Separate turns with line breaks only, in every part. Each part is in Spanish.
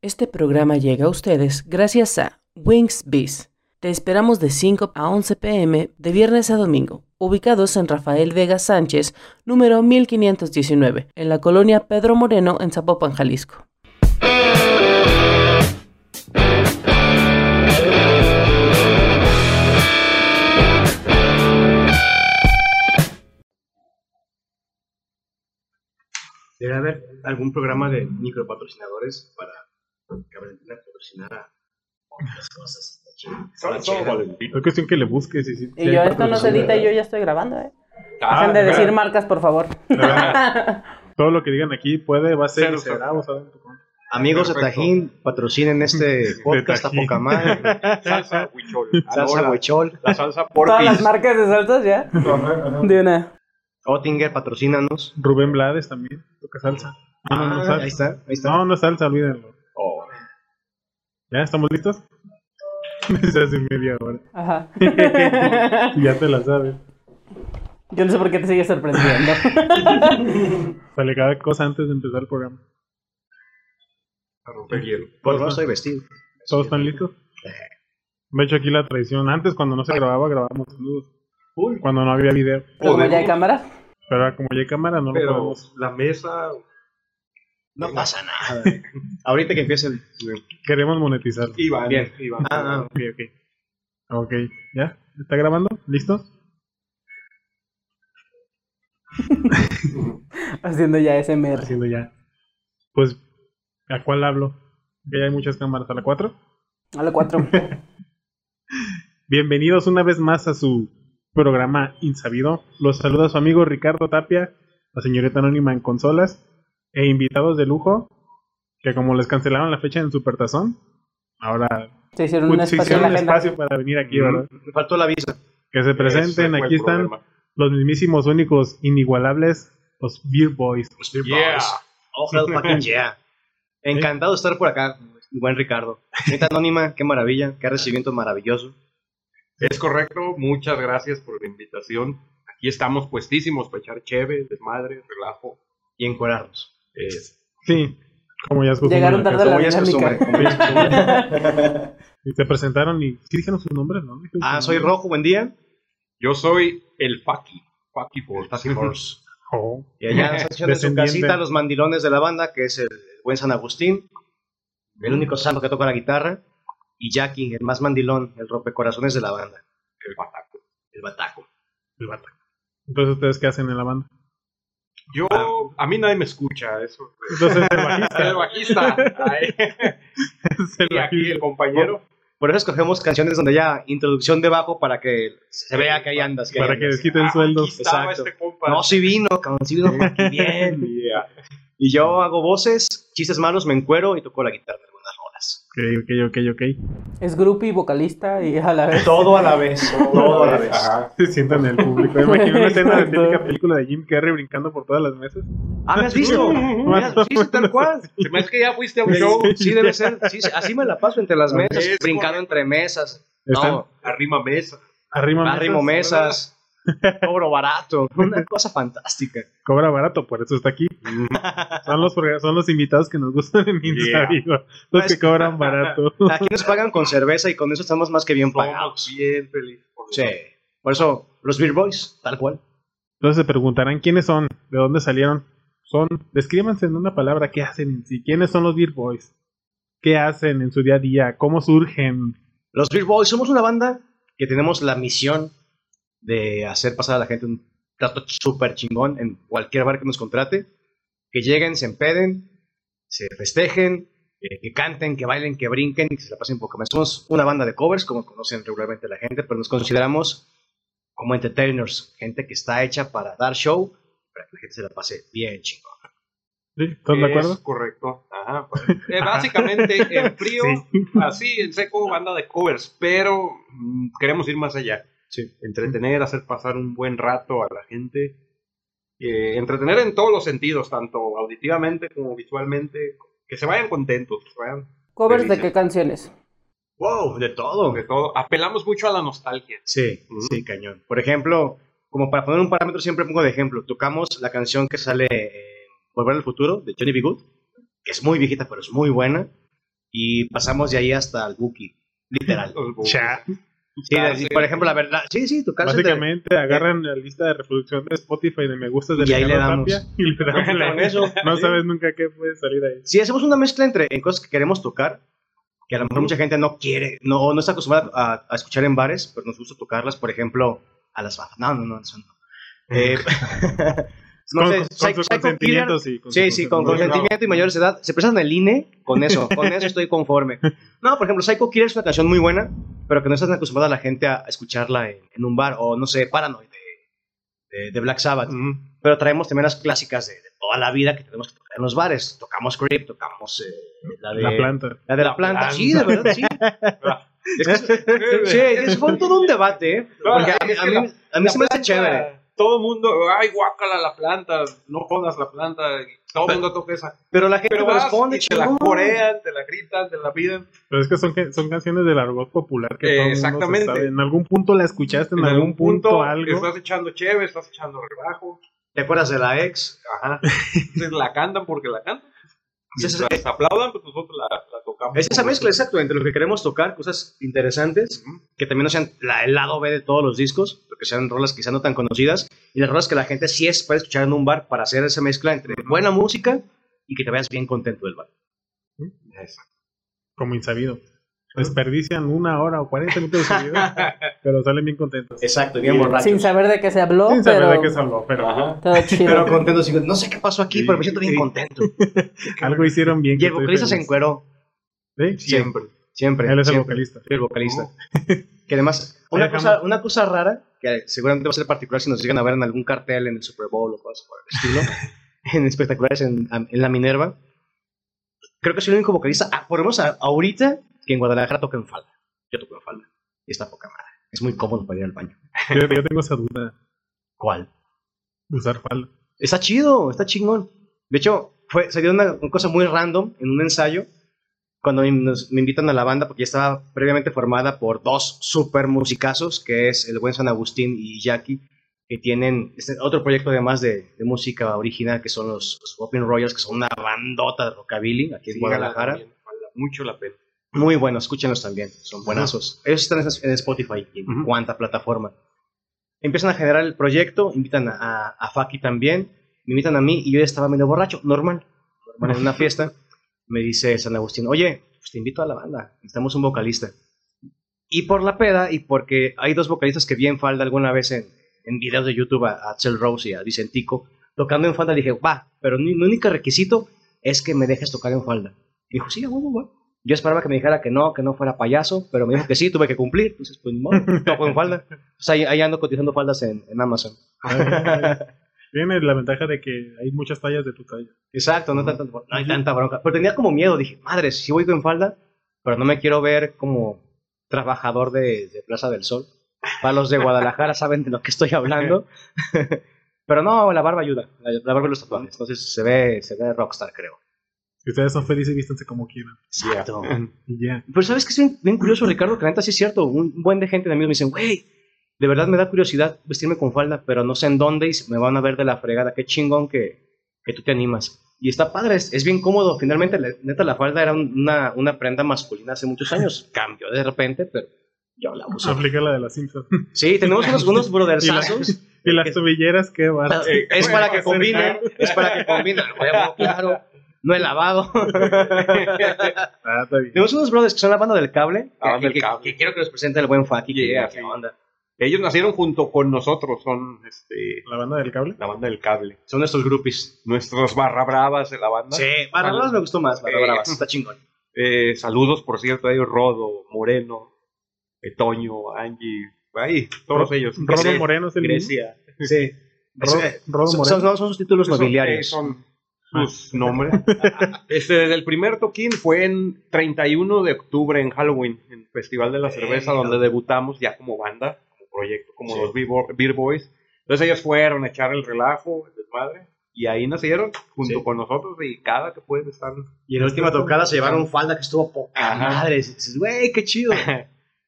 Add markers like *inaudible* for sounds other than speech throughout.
Este programa llega a ustedes gracias a Wings Bees. Te esperamos de 5 a 11 pm de viernes a domingo, ubicados en Rafael Vega Sánchez, número 1519, en la colonia Pedro Moreno, en Zapopan, Jalisco.
Debe haber algún programa de micropatrocinadores para que Valentina patrocinara otras cosas.
Solo, solo Valentina. Es cuestión que le busques. Y, si- si
Y
hay
yo esto no se
patrocinadores.
edita y yo ya estoy grabando, ¿eh?
Ah,
Dejen de
espera.
decir marcas, por favor. *laughs*
Todo lo que digan aquí puede, va a ser.
Cero,
y será,
cero.
o sea, en tu
*laughs*
contra.
Amigos de
Perfecto.
Tajín, patrocinen este podcast a
Tajín.
poca madre.
Salsa huichol.
Salsa
Ahora,
Huichol.
La salsa
Todas las
porfis.
marcas de salsas ya. De una.
Ottinger, patrocínanos.
Rubén Blades también. Toca salsa. No, no, no,
Ah,
salsa.
ahí está, ahí está.
No, no es salsa, olvídenlo.
Oh,
¿Ya estamos
*laughs*
listos? *laughs* Desde hace media hora. *laughs*
Ajá.
Y ya te la sabes.
Yo no sé por qué te sigue sorprendiendo.
Sale cada cosa antes de empezar el programa.
a romper hielo.
Por Pues no estoy vestido.
¿Todos están listos? De hecho, aquí la tradición. Antes, cuando no se grababa, grabábamos desnudos. Cuando no había video.
Pero como ya hay cámara.
Pero ahora como ya hay cámara, no lo
Pero
podemos.
la mesa.
No pasa nada. Ahorita que empiece el.
Queremos monetizarlo.
Iván.
Bien.
Iván.
Ah,
Ok, ok. Ok, ¿ya? ¿Está grabando? ¿Listos?
Haciendo ya SMR.
Haciendo ya. Pues, ¿a cuál hablo? Que ya hay muchas cámaras. ¿A la 4?
A la 4.
Bienvenidos una vez más a su programa Insabido. Los saluda su amigo Ricardo Tapia, la señorita anónima en consolas, e invitados de lujo, que como les cancelaron la fecha en Supertazón, ahora
Se hicieron un
pues, se
espacio
hicieron
en
un
la agenda.
espacio para venir aquí,
Ujú.
¿verdad?
Me faltó la visa.
Que se
Ese
presenten,
fue
aquí
el
están
problema.
los mismísimos, únicos, inigualables, los Beer Boys.
Yeah.
Ojalá *laughs* fucking yeah. Encantado de estar por acá, buen Ricardo. Neta anónima, qué maravilla, qué recibimiento maravilloso.
Es correcto. Muchas gracias por la invitación. Aquí estamos puestísimos para echar cheve, desmadre, relajo.
Y encuerarnos.
Es-
Sí, como ya es costumbre
Llegaron
en la
tarde a la
casa.
Como ya es
dinámica.
costumbre, como ya es costumbre.
*laughs*
Y se presentaron y sí dijeron sus nombres, ¿no? Dijeron
*laughs* Ah,
sus
soy
nombres.
rojo, buen día.
Yo soy el Faki. Faki por
Horse.
Oh,
Y allá nos hacen de su
Descendiente.
casita los mandilones de la banda, que es el buen San Agustín, el único santo que toca la guitarra, y Jackie, el más mandilón, el rompecorazones de la banda,
el Bataco.
el bataco.
el vato. Entonces, ¿ustedes qué hacen en la banda?
Yo, a mí nadie me escucha, eso.
Entonces, el bajista.
*laughs* El bajista. Ay,
es el
y aquí
bajista.
el compañero.
Por eso escogemos canciones donde ya introducción de bajo para que se vea que ahí andas. Que ahí
Para que
andas.
les quiten
Ah,
sueldos.
Aquí estaba
Exacto.
este compa.
No, si vino, cabrón, si vino
*laughs*
fucking bien.
Yeah.
Y yo hago voces, chistes malos, me encuero y toco la guitarra en algunas rolas.
Ok, ok, ok, ok.
Es grupo y vocalista y a la vez.
Todo a la vez, todo a la vez.
Ajá.
Se sientan en el público. Me imagino una escena de
Exacto.
típica película de Jim Carrey brincando por todas las mesas.
Ah, ¿me has visto? ¿Me has visto tal cual?
Se me hace que ya fuiste a un show.
Sí, debe ser. Sí, sí, así me la paso entre las
También
mesas,
es
brincando entre mesas.
Están
No,
Arrima mesa.
arriba mesas,
arrimo mesas, cobro barato. Una cosa fantástica.
Cobra barato, por eso está aquí. Son los, progra- son los invitados que nos gustan en
Yeah.
Insabido. Los que cobran barato.
Aquí nos pagan con cerveza y con eso estamos más que bien
Somos
pagados.
bien felices. por
Sí. Por eso, los Beer Boys, tal cual.
Entonces se preguntarán quiénes son, de dónde salieron. Son, descríbanse en una palabra qué hacen en sí, quiénes son los Beer Boys, qué hacen en su día a día, cómo surgen.
Los Beer Boys somos una banda que tenemos la misión de hacer pasar a la gente un trato súper chingón en cualquier bar que nos contrate. Que lleguen, se empeden, se festejen, eh, que canten, que bailen, que brinquen y que se la pasen poco. más. Somos una banda de covers, como conocen regularmente la gente, pero nos consideramos como entertainers, gente que está hecha para dar show, para que la gente se la pase bien chingón.
¿Sí? ¿Todos de
Es
acuerdo?
correcto. Ajá.
*laughs*
pues, eh, básicamente, en frío, así, en seco, banda de covers, pero mm, queremos ir más allá. Entretener, hacer pasar un buen rato a la gente. Eh, entretener en todos los sentidos, tanto auditivamente como visualmente. Que se vayan contentos, que se vayan
¿Covers de
Felices.
qué canciones?
¡Wow! De todo.
de todo. Apelamos mucho a la nostalgia.
Sí,
Ujú.
sí, cañón. Por ejemplo, como para poner un parámetro, siempre pongo de ejemplo. Tocamos la canción que sale en Volver al Futuro de Johnny B. Good, que es muy viejita, pero es muy buena. Y pasamos de ahí hasta el Buki,
*laughs*
literal.
Los Bookies.
Cha.
Sí,
Cárcel.
por ejemplo, la verdad, sí, sí, tu cárcel de-
*laughs* Básicamente agarran la lista de reproducción de Spotify de me gustas de
Y ahí le
Ricardo
damos.
Tapia y le damos
Con
la-
eso.
*laughs* No sabes nunca qué puede salir ahí.
si hacemos una mezcla entre en cosas que queremos tocar, que a lo mejor mucha gente no quiere, no, no está acostumbrada a, a escuchar en bares, pero nos gusta tocarlas, por ejemplo, a las bafas. No, no, no, eso no. Eh, no *laughs*
con,
sé, Psy-
con su
Psycho
consentimiento,
Killer-
sí. con
Sí,
su
sí, con consentimiento y mayores de edad. Se presentan el INE, con eso, con eso estoy
*laughs*
conforme. No, por ejemplo, Psycho Killer es una canción muy buena, pero que no está tan acostumbrada la gente a escucharla en, en un bar, o no sé, Paranoid de, de- de Black Sabbath.
Ujú.
Pero traemos también las clásicas de, de toda la vida que tenemos que tocar en los bares. Tocamos Creep, tocamos eh, la de
La planta.
la de la,
La
planta.
planta.
Sí, de verdad,
*laughs*
sí. Es que- *laughs* sí, es- fue todo un debate, ¿eh?
No,
Porque
sí,
a mí,
es
a
que
mí- a mí
La
se me hace
planta,
chévere.
Todo mundo, ay, guácala la planta, no jodas la planta, todo el mundo toca esa.
Pero la gente
Pero
me
vas
responde,
y te la
chingón.
corean, te la gritan, te la piden.
Pero es que son, que- son canciones del argot popular que
Eh,
todo el mundo se
exactamente.
sabe. En algún punto la escuchaste, en, algún, punto, algo.
estás echando cheve, estás echando rebajo,
¿Te acuerdas de la ex?
ajá. Entonces la cantan porque la cantan.
Sí, sí, sí.
Mientras aplaudan, pues nosotros la, la tocamos.
Es esa mezcla, exacto, entre lo que queremos tocar, cosas interesantes,
Ujú.
que también no sean la, el lado B de todos los discos, pero que sean rolas quizá no tan conocidas, y las rolas que la gente sí es para escuchar en un bar, para hacer esa mezcla entre buena música y que te veas bien contento del bar.
Exacto.
Como insabido. Desperdician una hora o 40 minutos de su
*laughs*
vida, pero salen bien contentos.
Exacto, bien borracho.
Sin saber de qué se habló,
Sin saber
pero
de qué se habló, pero
Ajá.
todo chido.
Pero contento, así, no sé qué pasó aquí, pero me siento bien
Sí.
contento.
algo hicieron bien.
Y
que
el
estoy
vocalista se
feliz.
encueró,
¿Sí?
siempre, siempre.
Él es el
siempre.
vocalista.
el vocalista. *laughs* Que además, una
Oye,
cosa, una cosa rara, que seguramente va a ser particular si nos llegan a ver en algún cartel en el Super Bowl o cosas por el estilo, en espectaculares en, en la Minerva, creo que soy el único vocalista, ah, por lo menos a- ahorita, que en Guadalajara toca en falda. Yo toco en falda. Y está poca madre. Es muy cómodo para ir al baño.
Yo, yo tengo esa duda
¿Cuál?
de usar
*laughs*
falda. *laughs*
Está chido, está chingón. De hecho, fue, se dio una, una cosa muy random en un ensayo cuando me- nos- me invitan a la banda porque ya estaba previamente formada por dos super musicazos que es el buen San Agustín y Jackie que tienen este otro proyecto además de, de música original que son los, los Whopping Royals que son una bandota de rockabilly aquí en
Sí,
Guadalajara.
también, vale Mucho la pena.
Muy buenos, escúchenlos también, son buenazos. Ellos están en en Spotify y en
Ujú.
cuánta plataforma. Empiezan a generar el proyecto, invitan a, a, a Faki también, me invitan a mí y yo ya estaba medio borracho, normal, normal en una fiesta. Me dice San Agustín, oye, pues te invito a la banda, necesitamos un vocalista. Y por la peda y porque hay dos vocalistas que vi en falda alguna vez en, en videos de YouTube, a, a Axel Rose y a Vicentico, tocando en falda, le dije, va, pero mi mi único requisito es que me dejes tocar en falda. Y dijo, sí, a huevo, va. Yo esperaba que me dijera que no, que no fuera payaso, pero me dijo que sí, tuve que cumplir. Entonces, pues, ni modo, toco en falda. Pues ahí, ahí ando cotizando faldas en, en Amazon.
Tiene la ventaja de que hay muchas tallas de tu talla.
Exacto, no, tanta- no hay tanta bronca. Pero tenía como miedo, dije, madre, si voy con falda, pero no me quiero ver como trabajador de, de Plaza del Sol. Para los de Guadalajara *laughs* saben de lo que estoy hablando. *laughs* pero no, la barba ayuda, la, la barba y los tatuajes. Entonces se ve, se ve rockstar, creo.
Si ustedes son felices, vístense como
*laughs*
quieran.
Exacto.
Y ya.
Pero sabes que es bien, bien curioso, Ricardo, que la neta sí es cierto. Un buen de gente de amigos me dicen, güey, de verdad me da curiosidad vestirme con falda, pero no sé en dónde y se- me van a ver de la fregada. Qué chingón que, que tú te animas. Y está padre, es, es bien cómodo. Finalmente, la, neta, la falda era un- una, una prenda masculina hace muchos
*laughs*
años. Cambió de repente, pero yo la uso.
Aplica la de las Simpsons. *laughs*
Sí, tenemos unos, unos brothersazos.
Y las tobilleras, qué
*laughs*
barba.
Eh,
es para que
bueno,
combine, es para que combine. el huevo, claro. No he lavado. *laughs*
Ah, está bien.
Tenemos unos brothers que son la banda del cable.
Ah,
que,
del
que-
cable.
que quiero que los presente el buen Faki. que
Yeah,
diga qué
sí.
onda.
Ellos nacieron junto con nosotros, son este,
La banda del cable.
la banda del cable.
Son nuestros groupies.
Nuestros barra bravas de la banda.
Sí, Barra
Vale.
Bravas me gustó más. Barra
Sí.
Bravas, está chingón.
Eh, saludos, por cierto, a ellos, Rodo, Moreno, eh, Toño, Angie, ahí, todos
Ro-
ellos. Eh,
Rodo
Grecia,
Moreno es el
Grecia.
Sí.
Ro- Rodo
son,
Moreno.
son- no, son sus títulos
Esos, eh,
nobiliarios.
Son
Ah.
sus nombres. Este, desde el primer toquín fue en 31 de octubre en Halloween, en Festival de la Cerveza,
Eh,
donde debutamos ya como banda, como proyecto, como
Sí.
los Beer Bo- Beer Boys. Entonces ellos fueron a echar el relajo, el desmadre, y ahí nacieron junto
Sí.
con nosotros y cada que pueden estar.
Y en la última tocada se llevaron falda que estuvo poca
Ajá.
madre. Dices, Güey, qué
*laughs*
chido.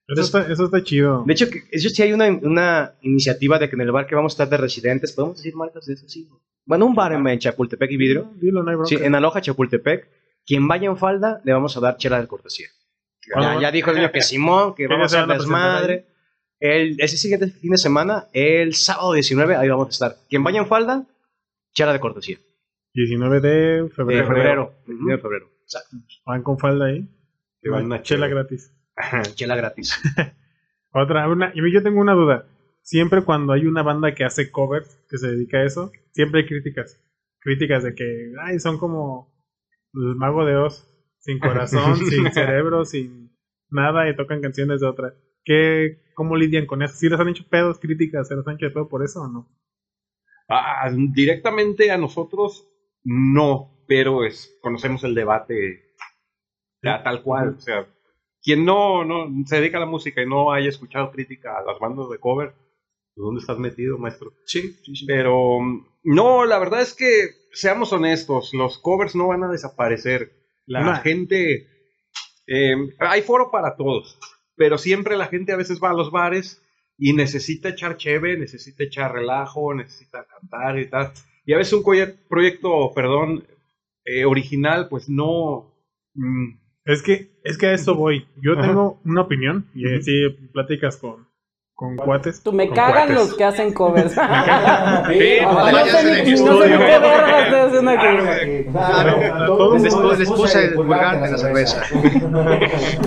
Eso está, eso está chido.
De hecho, que- de hecho, sí hay una, una iniciativa de que en el bar que vamos a estar de residentes, podemos decir marcas de eso, sí. eh, Bueno, un bar en, en Chapultepec y Vidrio.
Dilo, no hay bronca.
Sí, en Aloha, Chapultepec. Quien vaya en falda, le vamos a dar chela de cortesía. Ya,
Ah,
ya dijo el niño que Simón, que
Ellos
vamos
se
a
van a presentar
desmadre. El, ese siguiente fin de semana, el sábado 19, ahí vamos a estar. Quien vaya en falda, chela de cortesía.
19 de
De
febrero.
febrero. 19 de febrero. Exacto.
Van con falda ahí.
Te van una
chela
chela.
gratis.
Chela
*laughs*
gratis.
Otra, una, yo yo tengo una duda. Siempre cuando hay una banda que hace covers, que se dedica a eso, siempre hay críticas. Críticas de que, ay, son como el mago de Oz,
*laughs*
sin corazón, sin cerebro, sin nada, y tocan canciones de otra. ¿Qué, ¿Cómo lidian con eso? ¿Sí les han hecho pedos, críticas? ¿Se les han hecho pedo por eso o no?
Ah, directamente a nosotros, no, pero es, conocemos el debate ya tal cual. O sea, quien no, no se dedica a la música y no haya escuchado crítica a las bandas de cover, pues, ¿dónde estás metido, maestro?
Sí, sí, sí.
Pero mm, no, la verdad es que seamos honestos, los covers no van a desaparecer. La
No.
gente, eh, hay foro para todos, pero siempre la gente a veces va a los bares y necesita echar cheve, necesita echar relajo, necesita cantar y tal. Y a veces un coye- proyecto, perdón, eh, original, pues no. mm,
Es que, es que a eso voy. Yo
Ajá.
tengo una opinión, y
Ujú.
así platicas con, con cuates.
Tú me
Con
cagan
cuates.
los que hacen
*laughs*
covers. *laughs* Sí,
pues,
no
váyanse
sé
de
ni,
mi
no sé ni
estudio.
qué verga estoy haciendo aquí.
Claro,
Claro,
todo
todo
el
les,
mundo
les puse el pulgar en la cerveza.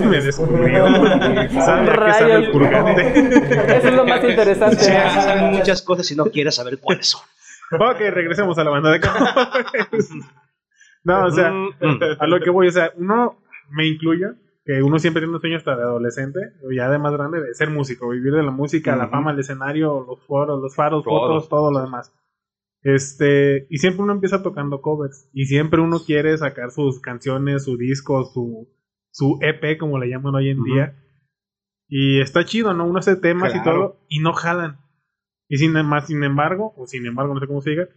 Me descubrió. ¿Sabe a qué sabe el
Rayos.
purgante?
Eso es lo más interesante.
Sí, saben muchas cosas y no quieres saber cuáles son.
Ok, regresemos a la banda
*laughs*
de covers. No, o sea,
mm, mm.
a lo que voy, o sea, uno me incluyo, que uno siempre tiene un sueño hasta de adolescente, o ya de más grande, de ser músico, vivir de la música, la
Ujú.
fama, el escenario, los foros, los faros,
Todo.
fotos, todo lo demás. Este, y siempre uno empieza tocando covers, y siempre uno quiere sacar sus canciones, su disco, su, su EP, como le llaman hoy en
Ujú.
día. Y está chido, ¿no? Uno hace temas y
Claro.
todo, y no jalan. Y sin, em-, más, sin embargo, o sin embargo, no sé cómo se diga,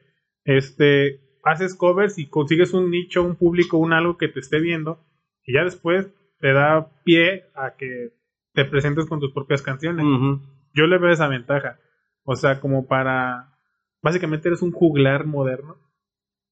este, haces covers y consigues un nicho, un público, un algo que te esté viendo, y ya después te da pie a que te presentes con tus propias canciones.
Ujú.
Yo le veo esa ventaja. O sea, como para. Básicamente eres un juglar moderno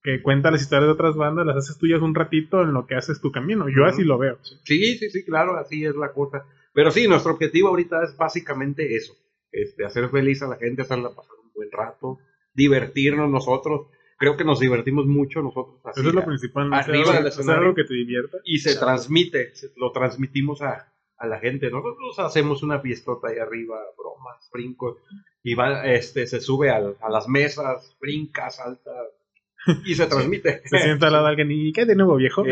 que cuenta las historias de otras bandas, las haces tuyas un ratito en lo que haces tu camino. Yo
Ujú.
así lo veo.
Sí, sí, sí, claro, así es la cosa. Pero sí, nuestro objetivo ahorita es básicamente eso, este, hacer feliz a la gente, hacerla pasar un buen rato, divertirnos nosotros. Creo que nos divertimos mucho nosotros. así,
Eso es lo
a-
principal. ¿no?
Arriba
Hacer
del
algo- hacer
escenario.
algo que te divierta.
y se transmite, se- lo transmitimos a, a la gente. Nosotros hacemos una fiestota ahí arriba, bromas, brincos, y va, este, se sube al- a las mesas, brinca, salta, y se
*laughs*
transmite.
Se sienta al lado de alguien y ¿qué de nuevo, viejo?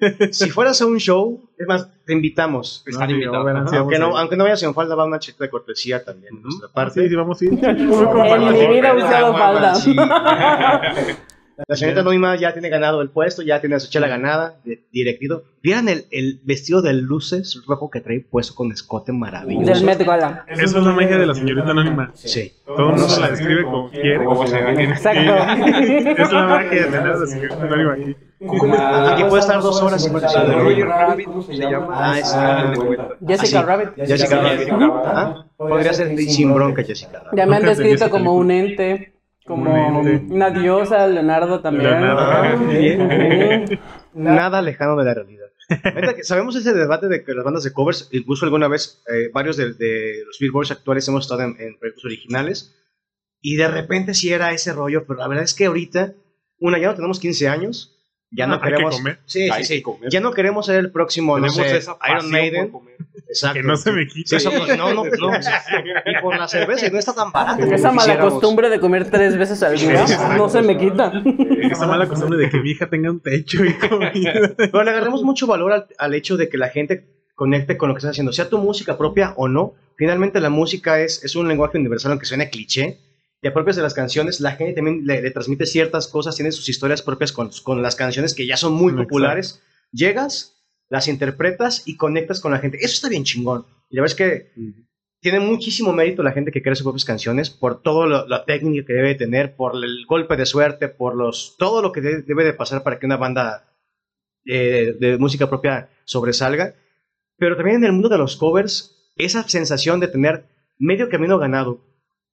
Eh,
Si fueras a un show, es más, te invitamos.
Están
No, sí,
invitados.
bueno,
Ajá.
vamos
Aunque
a
no,
ir.
aunque no vayas en falda, va una cheta de cortesía también. de nuestra parte.
Sí, sí,
*laughs*
vamos a ir.
En mi vida he usado
Ah, guau, sí.
falda.
*laughs* La señorita Anónima ya tiene ganado el puesto, ya tiene su chela ganada, de- directito. ¿Vieran el, el vestido de luces rojo que trae puesto con escote maravilloso?
Del Met Gala.
Eso es la magia de la señorita anónima.
Sí.
Todo el mundo la describe como quiere.
Como se ve.
Exacto.
Es la magia de tener a la señorita anónima aquí.
Aquí puede estar dos horas.
La
eh,
de Roger Rabbit, ¿cómo se llama?
Ah, esa.
Jessica
Ah, sí.
Rabbit.
Jessica Rabbit. Ah, Podría ser sin bronca, Jessica Rabbit.
Ya me han
Nunca entendí
descrito
esa
como un ente, como
Un ente.
una diosa, Leonardo también.
Ah,
Leonardo.
Ujú.
Nada lejano de la realidad. Neta que sabemos ese debate de que las bandas de covers, incluso alguna vez, eh, varios de, de los Billboards actuales hemos estado en, en proyectos originales, y de repente sí era ese rollo, pero la verdad es que ahorita, una, ya no tenemos 15 años, ya no
Hay que
queremos...
comer.
Sí, sí,
Hay
sí.
que comer.
Ya no queremos ser el próximo, no
Tenemos
sé,
esa
Iron
pasión
Maiden.
por comer.
Exacto.
Que no se me
Sí,
quite.
somos- no, no, pues, no. Y por la cerveza, y no está tan barata. como
Esa mala
quisiéramos.
costumbre de comer tres veces al día no se me quita.
Esa mala costumbre de que mi hija tenga un techo y comida.
*laughs* Pero le agarremos mucho valor al, al hecho de que la gente conecte con lo que estás haciendo, sea tu música propia o no. Finalmente la música es, es un lenguaje universal, aunque suene cliché. Te apropias de las canciones, la gente también le, le transmite ciertas cosas, tiene sus historias propias con, con las canciones que ya son muy
Exacto.
populares. Llegas, las interpretas y conectas con la gente. Eso está bien chingón. Y la verdad es que tiene muchísimo mérito la gente que crea sus propias canciones por todo lo- la técnica que debe tener, por el golpe de suerte, por los todo lo que de- debe de pasar para que una banda eh, de música propia sobresalga. Pero también en el mundo de los covers, esa sensación de tener medio camino ganado,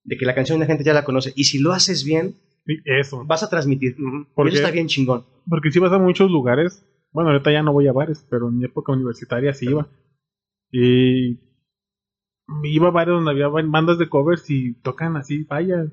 de que la canción la gente ya la conoce, y si lo haces bien,
Eso.
Vas a transmitir.
¿Por
Y eso
qué?
está bien chingón.
Porque si vas a muchos lugares. Bueno, ahorita ya no voy a bares, pero en mi época universitaria sí iba. Y iba a bares donde había ban- bandas de covers y tocan así, vaya,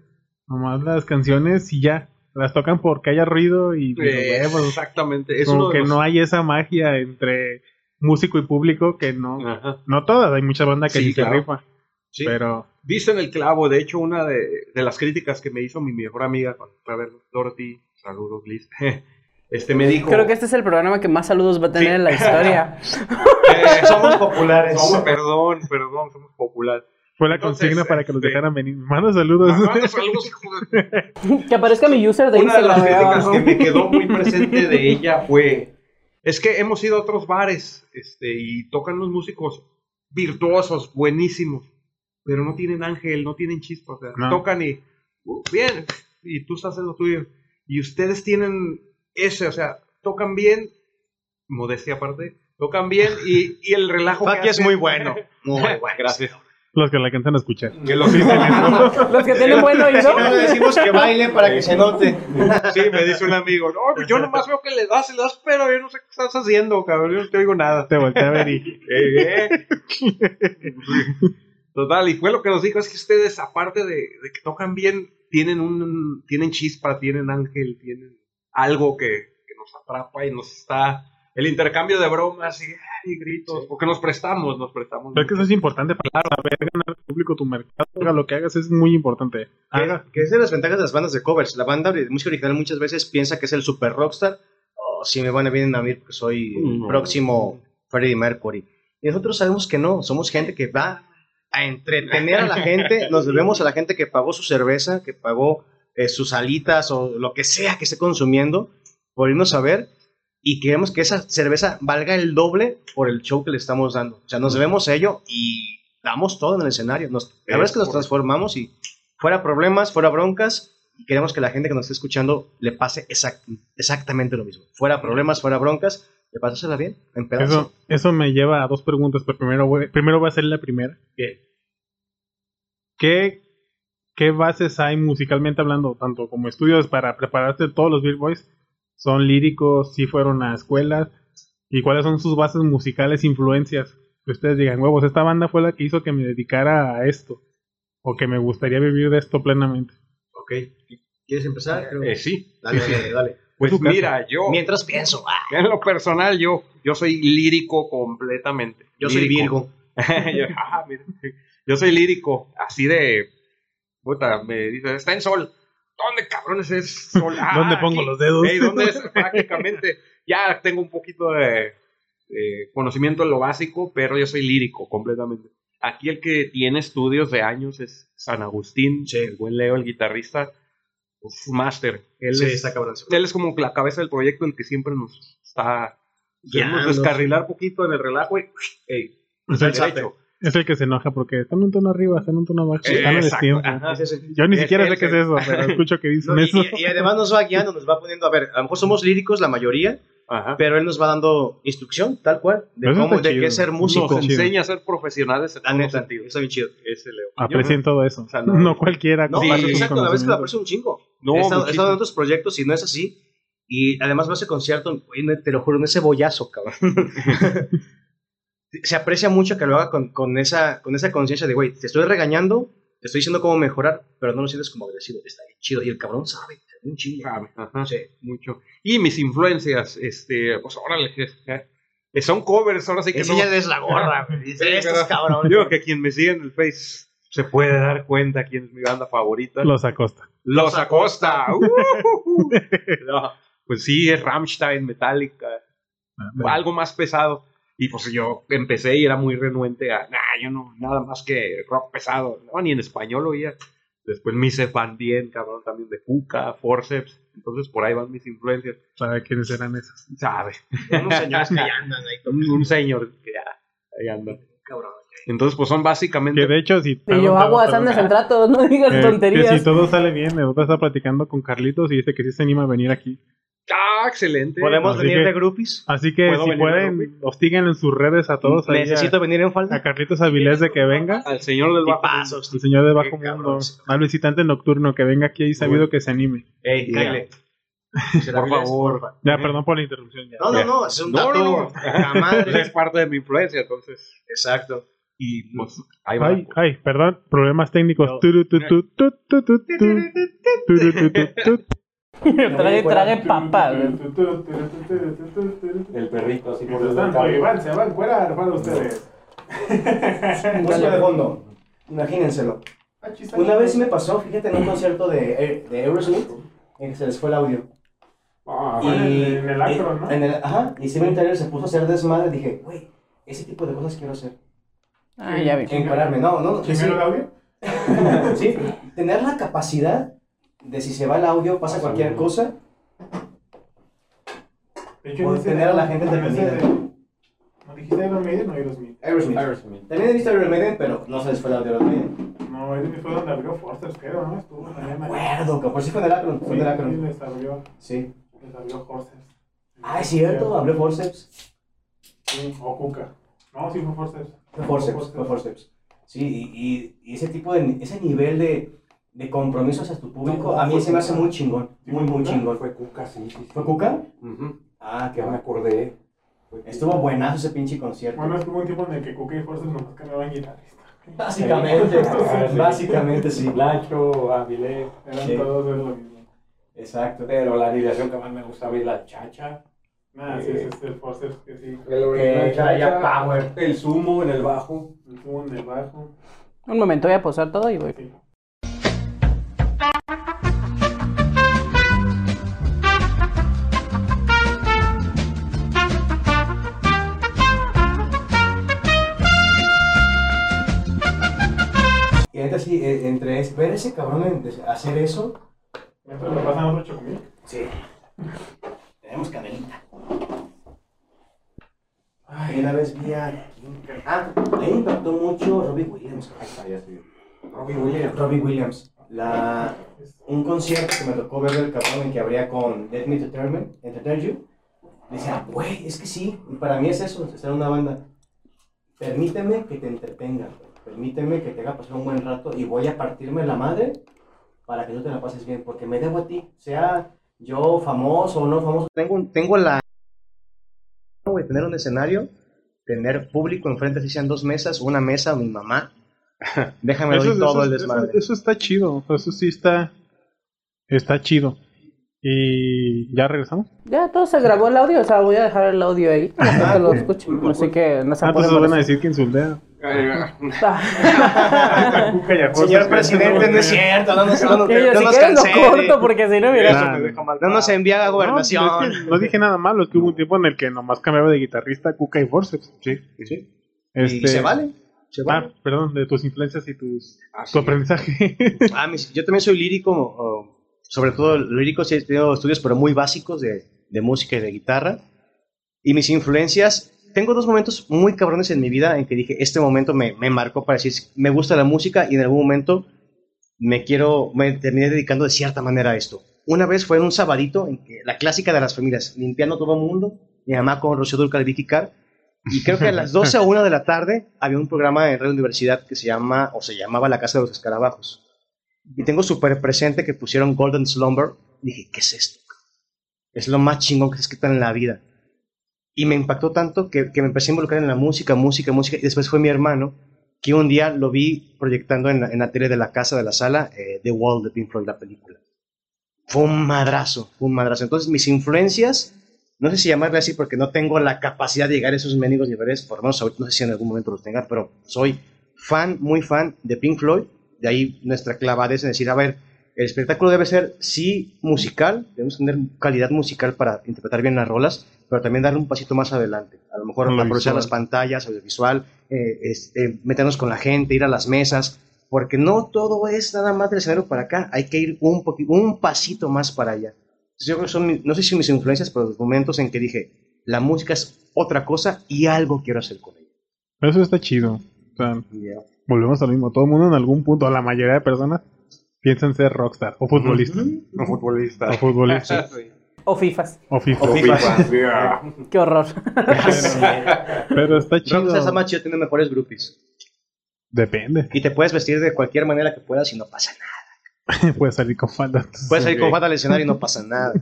nomás las canciones y ya. Las tocan porque haya ruido y
*laughs*
de
Eh,
huevos.
exactamente. Es
como
uno de
que
los-
no hay esa magia entre músico y público que no.
Ajá,
No todas, hay mucha banda que
Sí,
sí, se
claro.
rifa.
sí.
Pero
Diste en el clavo, de hecho, una de, de las críticas que me hizo mi mejor amiga cuando fue a ver Dorothy, saludos Liz, *laughs* este me dijo,
Creo que este es el programa que más saludos va a tener en la
*laughs*
historia.
eh,
Somos populares.
somos- perdón, perdón, somos popular.
fue la
Entonces,
consigna para que los
este-
dejaran venir. Manda
Ah,
saludos. *laughs*
Manda saludos, hijo de
que aparezca mi user de
Una de las
Instagram.
críticas
¿verdad?
que me quedó muy presente de ella fue, es que hemos ido a otros bares este, y tocan unos músicos virtuosos, buenísimos, pero no tienen ángel, no tienen chispa, o sea,
No.
tocan y, "Uh, bien, y tú estás en lo tuyo. Y ustedes tienen ese, o sea, tocan bien, modestia aparte, tocan bien y, y el relajo que
Faki es
hacen-
muy bueno. Muy bueno.
Gracias.
Los que la alcanzan a escuchar.
Que lo dicen eso.
Los que tienen
*laughs*
buen oído.
No le decimos que baile para que se note.
Sí, me dice un amigo, no, pues yo nomás veo que le das, le das, pero yo no sé qué estás haciendo, cabrón, yo no te oigo nada.
Te volteé a ver y.
*laughs* Eh, eh. Total, y fue lo que nos dijo, es que ustedes, aparte de, de que tocan bien, tienen un tienen chispa, tienen ángel, tienen algo que, que nos atrapa y nos está el intercambio de bromas y, ay, gritos, porque nos prestamos, nos prestamos.
Creo que eso es importante para saber ganar al público tu mercado. Haga lo que hagas es muy importante. Haga.
Que, que es de las ventajas de las bandas de covers. La banda de música original muchas veces piensa que es el super rockstar. Oh, si me van a venir a mí porque soy el
No.
próximo Freddie Mercury. Y nosotros sabemos que no. Somos gente que va a entretener a la gente. Nos debemos a la gente que pagó su cerveza, que pagó eh, sus alitas o lo que sea que esté consumiendo por irnos a ver. Y queremos que esa cerveza valga el doble por el show que le estamos dando. O sea, nos debemos a ello y damos todo en el escenario. Nos, la verdad es que nos transformamos y fuera problemas, fuera broncas, y queremos que la gente que nos esté escuchando le pase exact- exactamente lo mismo. Fuera problemas, fuera broncas, le pásasela bien, en pedazo.
Eso, eso me lleva a dos preguntas. Pero primero, voy- primero va a ser la primera. ¿Qué, ¿Qué bases hay musicalmente hablando, tanto como estudios para prepararte todos los Beat Boys? ¿Son líricos? ¿Si fueron a escuelas? ¿Y cuáles son sus bases musicales, influencias? Que ustedes digan, huevos, esta banda fue la que hizo que me dedicara a esto. O que me gustaría vivir de esto plenamente.
Ok.
¿Quieres empezar? Creo-
Eh, sí.
Dale,
Sí, sí.
dale, dale.
Pues
tu casa.
mira, yo,
Mientras pienso, ah,
en lo personal, yo, yo soy lírico completamente.
yo soy
Lírico.
Virgo.
*laughs* yo, ah, mira. Yo soy lírico, así de. Puta, me dice, está en sol. ¿Dónde cabrones es sol? Ah,
*laughs* ¿Dónde pongo
aquí.
los dedos?
Ey, ¿Dónde es? *laughs* Prácticamente. Ya tengo un poquito de eh, conocimiento en lo básico, pero yo soy lírico completamente. Aquí el que tiene estudios de años es San Agustín, el buen Leo, el guitarrista, uf, máster. Él
Sí,
es-
está cabrón.
él es como la cabeza del proyecto en que siempre nos está queremos
Guiando,
descarrilar poquito en el relajo y ey,
Es el,
derecho.
es el que se enoja porque están un tono arriba, están un tono abajo,
Eh,
están en
exacto,
destiempo.
ajá.
Es ese.
Yo ni
Es
siquiera sé
él,
qué es
él.
eso,
*laughs*
pero escucho que dicen
No,
*laughs* eso.
y, y además nos va guiando, nos va poniendo, a ver, a lo mejor somos líricos la mayoría,
Ajá.
pero él nos va dando instrucción, tal cual, de,
Eso
cómo,
está
de qué
chido.
es ser
Nos
músico.
Chido.
enseña a ser profesionales en
La
todos los
neta,
sentidos.
está bien chido.
Ese Leo.
Aprecien todo Ah, eso.
o sea, no-
no, cualquiera.
No,
Sí,
comparte sus
exacto, la verdad es que la
conocimientos.
aprecio un chingo.
No,
he, estado, he
muchísimo.
estado en otros proyectos y no es así. Y además va a ese concierto, oye, no, te lo juro, no es cebollazo, cabrón. *laughs* Se aprecia mucho que lo haga con, con esa con esa conciencia de, güey, te estoy regañando, te estoy diciendo cómo mejorar, pero no lo sientes como agresivo, está bien chido. Y el cabrón sabe, un chingo.
Sabe, ajá,
Sí.
mucho. Y mis influencias, este, pues órale, eh, son covers, ahora sí que no.
Enséñales la
*laughs*
gorra, güey.
Sí,
Dice, "Este estos
pero- Yo
cabrones.
creo que quien me sigue en el Face se puede dar cuenta quién es mi banda favorita.
Los Uh-huh. acosta.
Los *laughs* Acosta. ¡Ujujuju! No, pues sí, es Rammstein, Metallica,
Ah,
algo más pesado. Y pues yo empecé y era muy renuente a, nah, yo no, nada más que rock pesado. No, ni en español oía. Después me hice fan bien, cabrón, también de Cuca, Forceps. Entonces por ahí van mis influencias.
¿Sabe quiénes eran esos?
Sabe,
Unos
*laughs*
señores que ya andan ahí,
un, un señor que ya, ahí anda.
cabrón.
Entonces pues son
Que
básicamente...
de hecho, si.
Y yo hago a Sanders en tratos, no digas
Eh,
*laughs*
que
tonterías.
si todo sale bien, me voy a estar platicando con Carlitos y dice que sí se anima a venir aquí.
Ah, excelente.
¿Podemos
Así
venir
que-
de groupies?
Así que
¿Puedo
si
venir,
pueden, hostiguen en sus redes a todos. ahí
Necesito venir en
a, a
falda.
Carlitos Avilés de que venga.
Al señor del bajo.
Tipazos,
El señor de Bajo
Qué cabrón,
Mundo.
sí.
Al visitante nocturno que venga aquí ahí sabido que se anime.
Ey,
Ya.
cállate. *laughs*
Por favor.
Ya,
Eh,
perdón por la interrupción. ya.
No, no,
Ya.
no, es un
No,
dato.
no, no. *laughs*
a
pues
madre.
Es parte de mi influencia, entonces.
Exacto.
Y pues, ahí va. la
Ay, ay, perdón, problemas técnicos.
No.
Turu, tu, tu, tu, tu, tu, tu. Turu, tu, tu, tu.
Trague, trague papá.
El perrito así por el
Tanto, Iván se va a encuerar para ustedes.
Música de fondo, imagínenselo.
Ah,
Una vez me pasó, fíjate, en un concierto de, Aer- de Aerosmith, en que se les fue el audio.
Ah,
y,
en el acro,
y-
¿no?
en el- ajá, y Cementerio se puso a hacer desmadre. Dije, güey, ese tipo de cosas quiero hacer.
Ah, ya vi.
Encuadrarme, no, no, no. que sí.
¿Primero el audio?
Sí, tener la capacidad de si se va el audio, pasa cualquier cosa,
De hecho, en
por
ese-
tener a la gente
en ese
detenida.
de- ¿No dijiste Iron Maiden o Aerosmith?
Aerosmith. También he visto Iron Maiden, pero no se les fue el audio de Iron Maiden.
No, Aerosmith fue donde abrió Forsters, creo, ¿no? Estuvo también ahí.
Acuerdo, que por si fue en el Akron, fue en el
Sí,
Akron.
les abrió,
Sí.
les abrió Forsters.
Ah, es cierto, hablé Forceps.
Sí, O Cuca. No, sí fue Forsters.
Fue Forceps, fue Forceps. Sí, y, y- y ese tipo de, ese nivel de, de compromiso hacia tu público, a mí se me hace muy chingón, muy, muy chingón.
Fue Cuca, sí, sí. sí.
¿Fue Cuca?
Ujú.
Ah, qué
Ya me
bueno.
acordé. Fue Cuca.
Estuvo buenazo ese pinche concierto.
Bueno, estuvo un tiempo en el que Cuca y Forsters nomás cambiaban guitarrista.
Básicamente,
Ah, sí.
básicamente sí.
Nacho, Avilés.
Eran
Sí.
todos de lo mismo.
Exacto.
Pero la alineación que más me gusta es la chacha.
Nada, sí, sí, sí, el Forsters que sí.
El
Que traía
Chacha,
power.
El sumo en el bajo.
Estuvo en el bajo.
Un momento, voy a posar todo y voy.
Sí.
Y neta sí, eh, entre es- ver ese cabrón en- de- hacer eso.
Mientras lo pasan otro chocomil.
Sí. Tenemos canelita. Ay, una vez vi a. Ah, a mí me impactó mucho Robbie Williams.
Ahí está, ya sí.
Robbie Williams. Robbie Williams. La, un concierto que me tocó ver del cabrón en que abría con Let Me Entertainment, Entertain You. Decía, güey, es que sí, y para mí es eso, ser una banda. Permíteme que te entretenga, güey. permíteme que te haga pasar un buen rato y voy a partirme la madre para que tú te la pases bien, porque me debo a ti, sea yo famoso o no famoso.
Tengo, un- tengo la. güey, tener un escenario, tener público enfrente, así sean dos mesas, una mesa, mi mamá. *laughs* Déjame
Eso,
doy
eso-
todo el
eso-
desmadre.
eso está chido. o sea, Eso sí está. Está chido. Y ya regresamos.
Ya todo se grabó el audio, o sea, voy a dejar el audio ahí para que te lo escuchen. Así que Ah, pues no se
Antes
apuren
Ah, van
por
a
eso.
decir que insultea.
Señor presidente, no es cierto, no nos, *laughs* no, nos-
*laughs* Que yo,
no
si
nos
quieres lo
cancele.
corto, porque si no, mira.
Nah,
No nos envía a
No, es que
gobernación.
no dije nada malo, es que hubo un tiempo en el que nomás cambiaba de guitarrista Cuca y Forceps. Sí,
Sí.
Este,
Y se vale. Se
Ah,
vale.
perdón, de tus influencias y tus,
Así
tu
es.
aprendizaje. *laughs*
Ah, mis- yo también soy lírico, o- sobre todo lírico, sí he tenido estudios, pero muy básicos de, de música y de guitarra. Y mis influencias, tengo dos momentos muy cabrones en mi vida en que dije, este momento me, me marcó para decir, me gusta la música y en algún momento me quiero, me terminé dedicando de cierta manera a esto. Una vez fue en un sabadito, en que- la clásica de las familias, limpiando todo el mundo, mi mamá con Rocío Dúrcal y Vicky Carr, y creo que a las 12 o 1 de la tarde había un programa en Radio Universidad que se llama, o se llamaba La Casa de los Escarabajos. Y tengo súper presente que pusieron Golden Slumber. Dije, ¿qué es esto? Es lo más chingón que se escrita en la vida. Y me impactó tanto que, que me empecé a involucrar en la música, música, música. Y después fue mi hermano, que un día lo vi proyectando en la, en la tele de la casa, de la sala, eh, The Wall de Pink Floyd, la película. Fue un madrazo, fue un madrazo. Entonces, mis influencias, no sé si llamarle así porque no tengo la capacidad de llegar a esos mendigos niveles, por lo menos ahorita, no sé si en algún momento los tenga, pero soy fan, muy fan de Pink Floyd. De ahí nuestra clavada es en decir, a ver, el espectáculo debe ser, sí, musical, debemos tener calidad musical para interpretar bien las rolas, pero también darle un pasito más adelante. A lo mejor
Audiovisual.
aprovechar las pantallas, audiovisual, eh, este, meternos con la gente, ir a las mesas, porque no todo es nada más del escenario para acá, hay que ir un, poqui- un pasito más para allá. Entonces, Yo creo que son, mi- no sé si mis influencias, pero los momentos en que dije, la música es otra cosa y algo quiero hacer con ella.
Eso está chido. O sea, volvemos a lo mismo. Todo el mundo en algún punto, o la mayoría de personas, piensan ser rockstar o futbolistas.
No
*laughs*
futbolista.
O futbolistas.
Sí.
O FIFAs.
O FIFA.
O FIFA.
Qué horror.
Pero está chido.
Rockstar está más chido, tiene mejores groupies.
Depende. *laughs*
Y te puedes vestir de cualquier manera que puedas y no pasa nada.
Puede salir con falda.
Puedes salir con
Ok.
falda al escenario y no pasa *laughs* nada.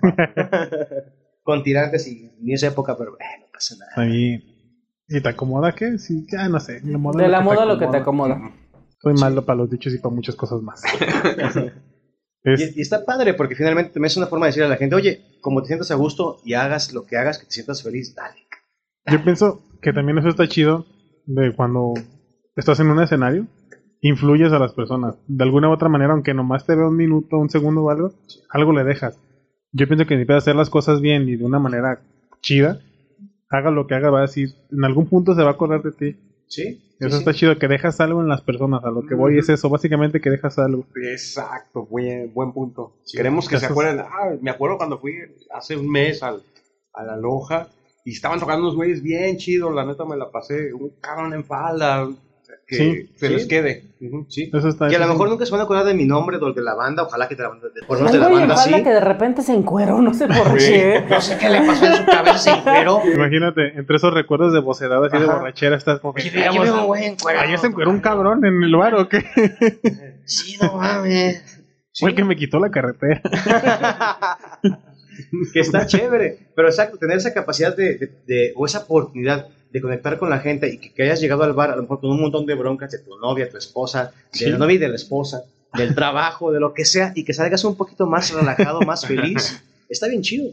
con tirantes y en esa época, pero eh, no pasa nada.
Ahí. ¿Y te acomoda qué? Sí, ya no sé. La moda
De
lo
la
que
moda lo que te acomoda.
Soy malo para los dichos y para muchas
*laughs*
cosas más. Es-
Y, y está padre porque finalmente también es una forma de decirle a la gente, oye, como te sientas a gusto y hagas lo que hagas, que te sientas feliz, dale.
yo pienso que también eso está chido de cuando estás en un escenario, influyes a las personas. De alguna u otra manera, aunque nomás te vea un minuto, un segundo o algo, algo le dejas. Yo pienso que si puedes hacer las cosas bien y de una manera chida, haga lo que haga, va a decir, en algún punto se va a acordar de ti.
Sí.
Eso está chido, que dejas algo en las personas. A lo que voy es eso, básicamente que dejas algo.
Exacto, buen, buen punto. Queremos que se
Eso es-
acuerden. Ah, me acuerdo cuando fui hace un mes al, a la loja y estaban tocando unos güeyes bien chidos. La neta me la pasé. Un cabrón en falda. o sea, Que
Sí,
se
sí.
les quede. Ujú, sí.
Eso está
Y a lo
eso
mejor nunca se van a acordar de mi nombre o de la banda, ojalá que de la banda, de, por lo menos de
Un
la
güey en
banda sí.
falda que de repente se encueró, no sé por
Sí.
qué.
No sé qué le pasó en su cabeza, se encueró.
Imagínate, entre esos recuerdos de vocedad así de
Ajá.
borrachera, estás como que.
Aquí veo- aquí veo un güey encuerado.
Allá se encueró un cabrón en el bar o qué?
Sí, no mames.
Fue el que me quitó la carretera. *laughs*
que está chévere. Pero exacto, tener esa capacidad de, de- de- o esa oportunidad de conectar con la gente y que, que hayas llegado al bar, a lo mejor con un montón de broncas de tu novia, tu esposa, de
Sí.
la novia y de la esposa, del trabajo, de lo que sea, y que salgas un poquito más relajado, más feliz. Está bien chido.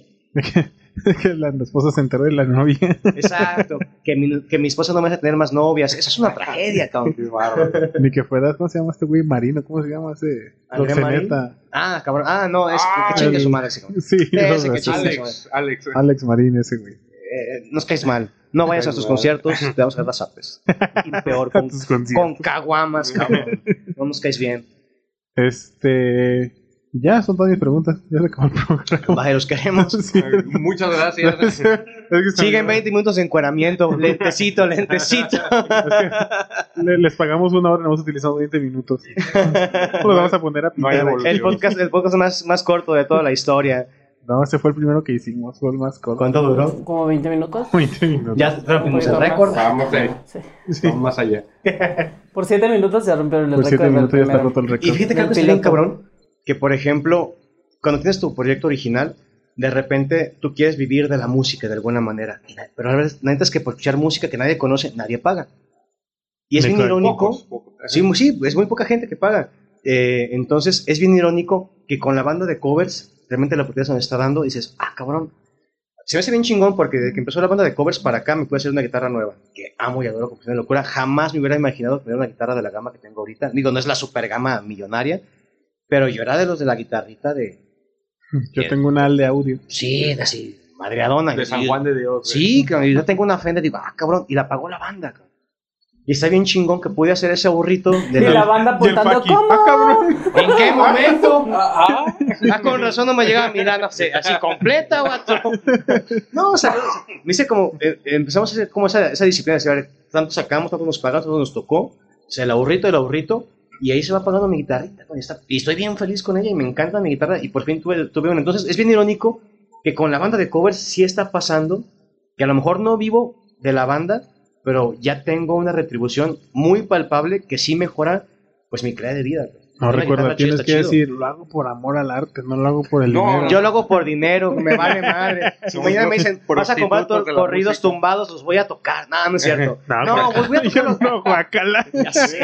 que la esposa se enteró de la novia. *laughs*
Exacto. Que mi, que mi esposa no me deja tener más novias. Eso es una tragedia, cabrón.
Qué bárbaro.
Ni que fuera, ¿cómo se llama este güey marino? ¿Cómo se llama ese?
¿Andrea
Loxeneta.
Ah, cabrón. Ah, no, es que chingue su madre ese cabrón.
Sí,
Eh, Ese que chingue
los-
su madre.
Alex, Alex.
Alex Marín, ese güey.
eh, nos caes mal. No vayas a tus conciertos, te vamos a dar las
*laughs*
apes. Y peor,
A
con,
tus conciertos.
con caguamas, cabrón. No nos caes bien.
Este. Ya son todas mis preguntas. Ya se acabó el *laughs* programa.
Vaya, los queremos.
Sí.
Eh, Muchas
*laughs*
gracias.
Es que se me-
Siguen 20 minutos de encueramiento. Lentecito, lentecito.
le- les pagamos una hora, y hemos utilizado
*laughs*
20 minutos. Pues Lo vamos a poner a
No hay
pintar. ahí.
evolución.
El podcast, el podcast más, más corto de toda la historia.
No, ese fue el primero que hicimos. Fue el más corto.
¿Cuánto duró?
Como 20 minutos.
20 minutos.
Ya rompimos el récord.
Vamos, eh,
Sí.
Sí.
vamos más allá.
Por 7 minutos se rompió el
Por
récord.
7
del
minutos ya está
primero.
roto el
Y
récord.
fíjate que
Del
algo está bien
piloto.
cabrón. Que, por ejemplo, cuando tienes tu proyecto original, de repente tú quieres vivir de la música de alguna manera. Y na- Pero a veces, la neta es que por escuchar música que nadie conoce, nadie paga. Y es bien
Neta,
irónico.
Pocos, pocos.
Sí, mu- sí, es muy poca gente que paga. Eh, entonces, es bien irónico que con la banda de covers, realmente la oportunidad se nos está dando, y dices, ah, cabrón. Se me hace bien chingón porque desde que empezó la banda de covers para acá me pude hacer una guitarra nueva, que amo y adoro con pasión de locura. Jamás me hubiera imaginado tener una guitarra de la gama que tengo ahorita. Digo, no es la super gama millonaria, pero yo era de los de la guitarrita de,
Yo tengo una al de audio.
sí, de así, madreadona.
De San
Y-
Juan de Dios.
Sí, cabrón, y yo tengo una Fender, digo, ah, cabrón, y la pagó la banda, cabrón. Y está bien chingón que pude hacer ese burrito de
Y la banda apuntando,
Faki.
¿cómo?
Ah, cabrón.
¿En qué momento?
Ah, ah.
Ah, con razón no me llegaba Milano así, así completa, vato. No, o sea, me hice como, eh, empezamos a hacer como esa, esa disciplina, de decir, a ver, tanto sacamos, tanto nos pagamos, tanto nos tocó, o sea, el aburrito, el aburrito, y ahí se va pagando mi guitarrita, con esta, y estoy bien feliz con ella, y me encanta mi guitarra, y por fin tuve, tuve una. Entonces, es bien irónico que con la banda de covers sí está pasando, que a lo mejor no vivo de la banda, pero ya tengo una retribución muy palpable que sí mejora, pues, mi calidad de vida.
No
Una
recuerda,
guitarra chida
tienes
está
que
chido.
decir, lo hago por amor al arte, no lo hago por el
No,
dinero.
Yo lo hago por dinero, me vale
*laughs*
madre. Si
Somos
mañana me dicen,
los
vas a comprar tus
prostitutos de la
corridos
música". Ah,
tumbados, los voy a tocar. No, no es
*laughs*
*laughs*
cierto.
No,
No,
guacala.
pues voy a
Yo
tocar los...
no,
*laughs*
guacala.
Ya sé,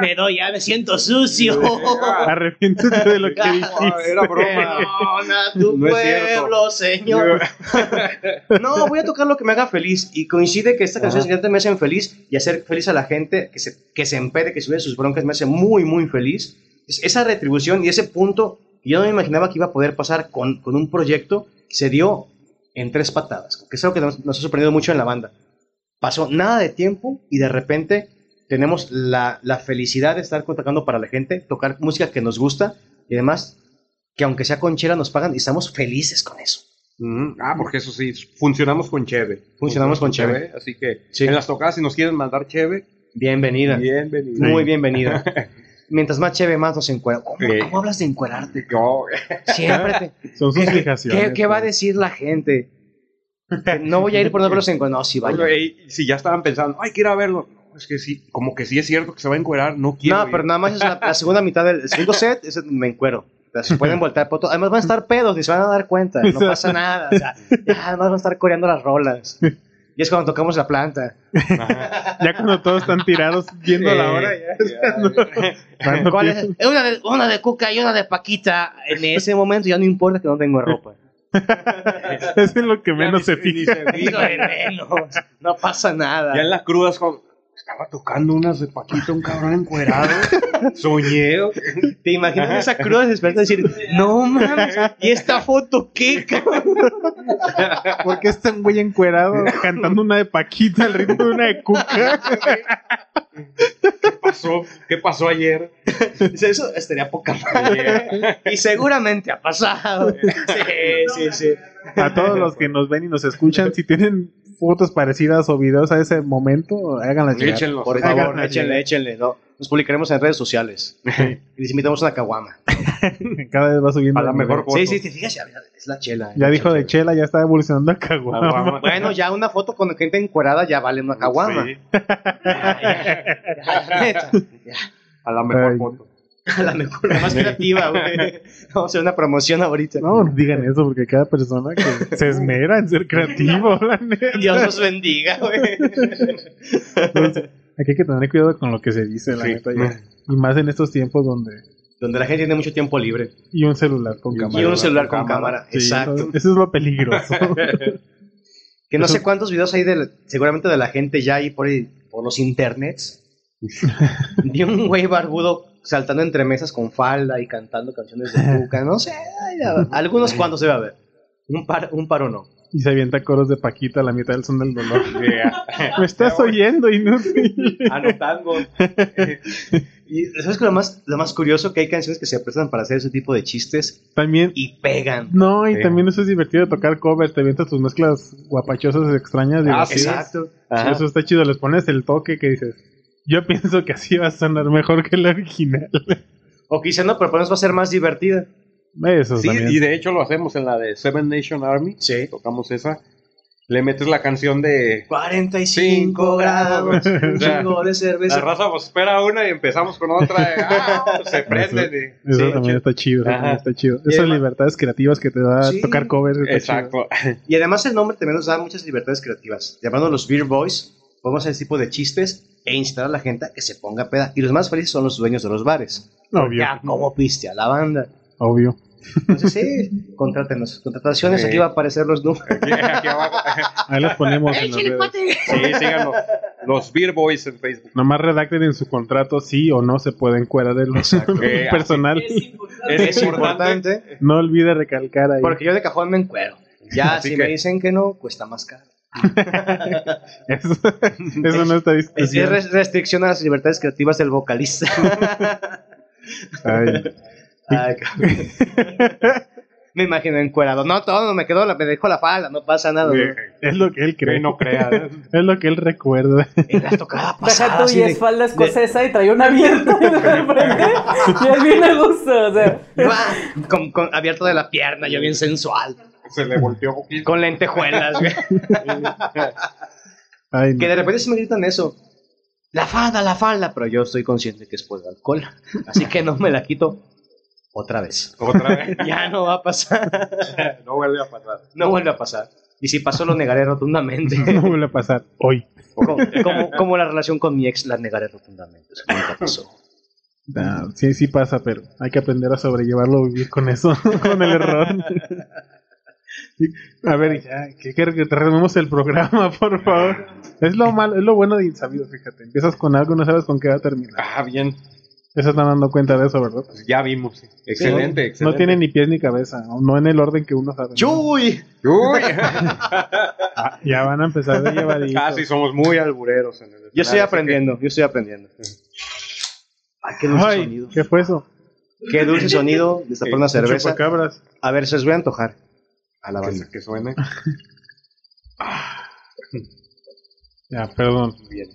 me doy, ya me siento sucio.
Ah,
Arrepiéntete
*laughs*
de lo que dijiste.
Era broma.
Perdona tu
No es
pueblo, señor. *laughs* No, voy a tocar lo que me haga feliz. Y coincide que estas canciones que me hacen feliz y hacer feliz a la gente que se, que se empede, que sube sus broncas, me hace muy, muy feliz. Es- Esa retribución y ese punto que yo no me imaginaba que iba a poder pasar con, con un proyecto se dio en tres patadas, que es algo que nos, nos ha sorprendido mucho en la banda. Pasó nada de tiempo y de repente tenemos la, la felicidad de estar contactando para la gente, tocar música que nos gusta y además que aunque sea con chela nos pagan y estamos felices con eso.
Ujú. Ah, porque eso sí, funcionamos con Cheve.
Funcionamos con cheve.
Así que
Sí.
en las tocadas, si nos quieren mandar Cheve,
Bienvenida.
bienvenido.
Muy bienvenida. mientras más chévere, más nos encuera. ¿Cómo,
Sí.
cómo hablas de
*laughs*
encuerarte?
Yo,
Siempre te-
Son sus fijaciones.
¿Qué, qué va a
pues.
decir la gente? Que No voy a ir por no verlos en No, sí, vaya.
Ey, si ya estaban pensando, ay, quiero verlo. No, es que sí, como que sí es cierto que se va a encuerar, no quiero.
No,
ir.
pero nada más es la, la segunda mitad del el segundo set, ese me encuero. O sea, Se pueden voltear por todo. Además van a estar pedos y se van a dar cuenta. No pasa nada. O sea, ya, además van a estar coreando las rolas. Y es cuando tocamos la planta.
Ajá.
Ya cuando todos están tirados viendo la hora. ya
*laughs*
no
¿Cuál es?
tienen-
Eh, Una de, una de Cuca y una de Paquita. En Pues, ese momento ya no importa que no *laughs* tengo ropa.
Es en lo que menos
Ya
se
ni- ni
*laughs*
fija.
se
Digo,
fija.
de menos. No pasa nada.
Ya en las crudas, cuando estaba tocando unas de Paquito, un
*laughs*
cabrón encuerado. Soñé.
Te imaginas esa cruda despertar y decir, no mames, ¿y esta foto *laughs* qué? cabrón?"
*laughs* Porque está un güey encuerado cantando una de Paquita al ritmo de una de Cuca.
¿Qué pasó? ¿Qué pasó ayer?
Eso estaría poca Y seguramente ha *laughs* pasado. Sí, sí, sí.
A todos los que nos ven y nos escuchan, si tienen fotos parecidas o videos a ese momento, háganlas llegar.
Pues Échenlo.
Por
Háganlas
favor, échenle,
llegar.
échenle. ¿no? Nos publicaremos en redes sociales. Y les invitamos una caguama.
Cada vez va subiendo.
A la
el
mejor
nivel.
foto.
Sí, sí, te fijas, ya, es la chela.
Ya dijo de Chela, ya está evolucionando a Caguama.
*laughs*
Caguama.
Bueno, ya una foto con gente encuerada ya vale una caguama.
Sí,
Ya, la neta.
a la mejor
Ay.
foto.
A *laughs* la mejor, la más creativa, güey. *laughs* Vamos a hacer una promoción ahorita.
No, no digan eso porque cada persona que se esmera en ser creativo, la neta.
Dios los bendiga, güey.
Entonces, aquí hay que tener cuidado con lo que se dice, la
Sí.
neta. ya. Y más en estos tiempos donde.
Donde la gente tiene mucho tiempo libre.
Y un celular con
Y
cámara.
Y un celular con
cámara.
cámara,
Sí,
exacto.
Eso, eso es
*laughs*
lo peligroso.
Que no
Eso-
sé cuántos videos hay de, la- seguramente de la gente ya ahí por, ahí- por los *laughs* internets. De un güey barbudo saltando entre mesas con falda y cantando canciones de Cuca. No sé, ay, la- algunos cuantos se va a ver. Un par, un par o no.
y se avienta coros de Paquita a la mitad del son
*laughs*
del dolor.
*laughs*
Yeah.
Me estás oyendo, inútil.
Anotando. *laughs* y sabes que lo más, lo más curioso que hay canciones que se prestan para hacer ese tipo de chistes
También.
y pegan.
No, y
Sí.
también eso es divertido tocar covers. Te avientas tus mezclas guapachosas extrañas.
Ah,
divertidas.
sí.
Exacto.
Ajá.
Eso está chido. Les pones el toque que dices. Yo pienso que así va a sonar mejor que el original.
O quizá no, pero por eso va a ser más divertida.
Eso
Sí,
también.
y de hecho lo hacemos en la de Seven Nation Army.
Sí.
Tocamos esa. Le metes la canción de.
45 grados, un chingo de cerveza.
La raza pues espera una y empezamos
*laughs*
con otra. eh, ah, se prenden.
Eso
Sí,
también
chido.
está chido, eso
Ajá.
también está chido.
Y
Esas
además-
libertades creativas que te da
Sí.
tocar covers.
y-
está
Exacto.
Y además el nombre también nos da muchas libertades creativas. Llamándonos los Beer Boys, podemos hacer ese tipo de chistes e incitar a la gente a que se ponga peda. Y los más felices son los dueños de los bares.
chido. Obvio,
Ya, como piste a la banda.
obvio.
Entonces, *laughs* sí, contrátenos. Contrataciones,
Sí.
aquí va a aparecer los números.
Aquí- *laughs* aquí abajo.
*laughs*
Ahí las ponemos en las redes.
Sí, síganos. Los Beer Boys en Facebook.
Nomás redacten en su contrato sí o no se pueden cuadrar *laughs* el
Eh,
personal.
Es importante,
No olvide recalcar ahí.
porque yo de cajón me encuero. *laughs* Ya,
Así
si
que-
me dicen que no, cuesta más caro.
*laughs* Eso, eso no está
Es, es
discusión.
res- restricción a las libertades creativas del vocalista.
Ay.
*laughs* Ay, cabrón. *laughs* me imagino encuerado. No, todo, me quedó, la- me dejó la falda, no pasa nada. güey.
Es lo que él cree.
Que no crea. ¿eh?
Es lo que él recuerda. *laughs*
En las tocadas
*laughs* Deja
pasadas.
tú
así
y
de-
es falda escocesa y trae una abierta
*laughs*
en el frente. Y es bien a gusto, o sea.
¡Buah! con, con- abierto de la pierna, yo bien sensual.
Se le volteó poquito.
Con lentejuelas, *laughs* güey.
Ay, no.
Que de repente se me gritan eso. La falda, la falda. Pero yo estoy consciente que es por el alcohol. Así que no me la quito otra vez.
Otra vez.
Ya no va a pasar.
No vuelve a pasar.
No vuelve a pasar. Y si pasó, lo negaré *laughs* rotundamente.
*laughs* No vuelve a pasar hoy.
Como, como- como la relación con mi ex, la negaré rotundamente. Eso nunca pasó.
No, Ah, sí, sí pasa, pero hay que aprender a sobrellevarlo, vivir con eso, *laughs* con el error. Y- a ver, ya, que, que retomemos el programa, *laughs* por favor. Es lo malo, es lo bueno de insabido, fíjate. Empiezas con algo, no sabes con qué va a terminar.
Ah, bien.
Ya se están dando cuenta de eso, ¿verdad?
Pues ya vimos. Excelente, excelente.
No tiene ni pies ni cabeza, o no en el orden que uno sabe.
¡Chuy!
Uy.
Ya van a empezar
*laughs*
de llevadito.
Ah,
Casi Ah, somos muy albureros. En el
Yo estoy
escenario, así
aprendiendo, yo estoy aprendiendo. Ay, qué dulce
Ay,
sonido.
¿qué fue eso?
Qué dulce sonido destapar una cerveza.
Chupacabras.
A ver, se les voy a antojar. A la
que-
banda.
Que, que suene.
Ya, perdón.
Bien.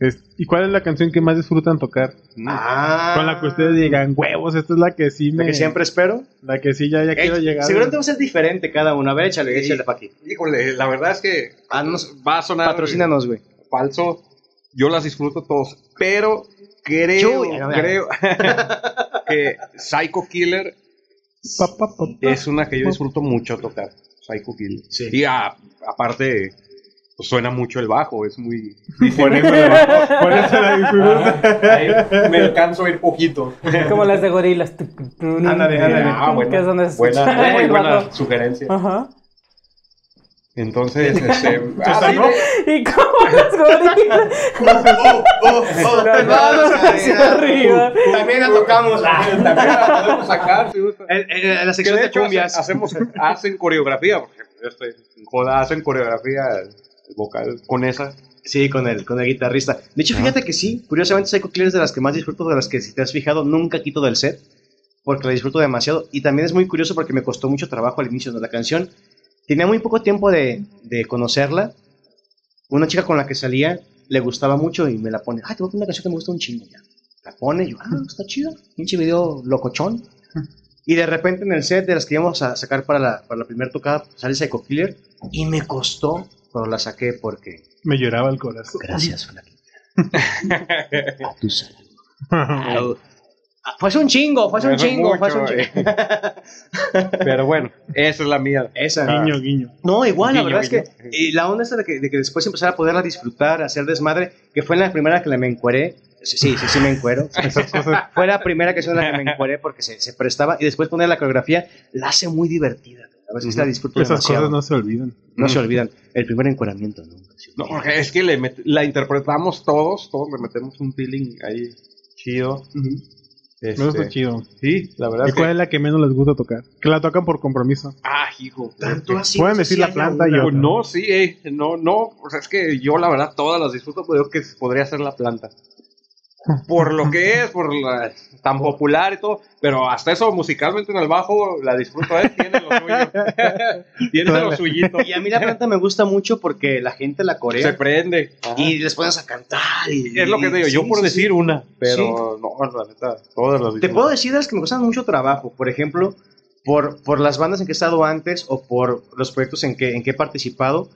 Es- ¿Y cuál es la canción que más disfrutan tocar?
Ah,
Con la que ustedes digan, huevos, esta es la que sí
la
me.
que siempre espero.
La que sí ya, ya quiero
Eh,
llegar.
Seguramente va a ser diferente cada uno. A ver, échale,
Sí.
échale pa' aquí.
Híjole, la verdad es que
Ah, no sé.
va a sonar
Patrocínanos, güey.
falso. Yo las disfruto todos, pero creo,
Chuy, a ver.
creo *laughs* que Psycho Killer
Pa, pa, pa, pa.
es una que yo disfruto mucho tocar. Psycho Killer.
Sí.
Y a- aparte, pues, suena mucho el bajo, es muy.
Por eso la bajo, por eso la disfruto.
Ahí me alcanzo a ir poquito.
Como las de gorilas. Ándale,
ándale.
Ah, bueno.
Que es donde se
Buena,
escucha
muy
el
buena
bajo.
sugerencia.
Ajá.
Entonces, este, ah, sí,
sanó?
*laughs* Y como las gorilas
*laughs*
hacia arriba.
*laughs*
También la tocamos.
también la podemos sacar si gusta.
En- en la
Que
Eh, sección
de
de
hecho
cumbias.
hace- hacemos, hacen coreografía, porque yo estoy en joda, hacen coreografía vocal con esa.
Sí, con el, con el guitarrista. De hecho, fíjate que sí, curiosamente Psycho Killer es de las que más disfruto, de las que si te has fijado nunca quito del set, porque la disfruto demasiado. Y también es muy curioso porque me costó mucho trabajo al inicio de la canción. Tenía muy poco tiempo de, de conocerla. Una chica con la que salía le gustaba mucho y me la pone. Ah, te voy a poner una canción que me gusta un chingo ya. La pone y yo, ah, está chida. Pinche video locochón. Y de repente en el set de las que íbamos a sacar para la, para la primera tocada sale Psycho Killer y me costó, pero la saqué porque
Me lloraba el corazón.
Gracias, Flaquita. *laughs* A tu salud. Ah, Fue hace un chingo, fue eh. hace un
Eso es
chingo, fue hace un
mucho,
chingo.
Pero bueno, esa es la mía.
Esa.
guiño, guiño.
No, igual, la
Guiño,
verdad es que. Y la onda esa de que, de que después empezar a poderla disfrutar, hacer desmadre, que fue la primera que la me encueré. Sí, sí, sí, sí me *laughs* encuero.
Esas cosas.
Fue la primera canción en la que me encueré porque se, se prestaba. Y después poner la coreografía la hace muy divertida. A ver si la disfruto
Esas
demasiado.
cosas no se olvidan.
no se olvidan. El primer encueramiento nunca. se
No,
olvida.
porque es que le met- la interpretamos todos, todos le metemos un feeling ahí chido. Este,
Eso está chido.
Sí, la verdad
¿Y
es que.
cuál es la que menos les gusta tocar? Que la tocan por compromiso.
Ah, hijo.
Tanto así,
Pueden
no sé
decir
si
la
haya
planta
una.
y otra.
No, sí, eh, no, no, o sea, es que yo la verdad todas las disfruto, pero yo que podría ser la planta. Por lo que es, por la, tan popular y todo, pero hasta eso musicalmente en el bajo la disfruto, eh, tiene lo suyo. *laughs* tiene lo suyito.
Y a mí la planta me gusta mucho porque la gente la corea.
Se prende. Ajá.
y les pones a cantar. Y,
es lo que te digo,
sí,
yo por
sí,
decir
sí.
una, pero no, la neta, todas las
Te
disfruto.
puedo decir de las que me gustan mucho trabajo, por ejemplo, por, por las bandas en que he estado antes o por los proyectos en que, en que he participado,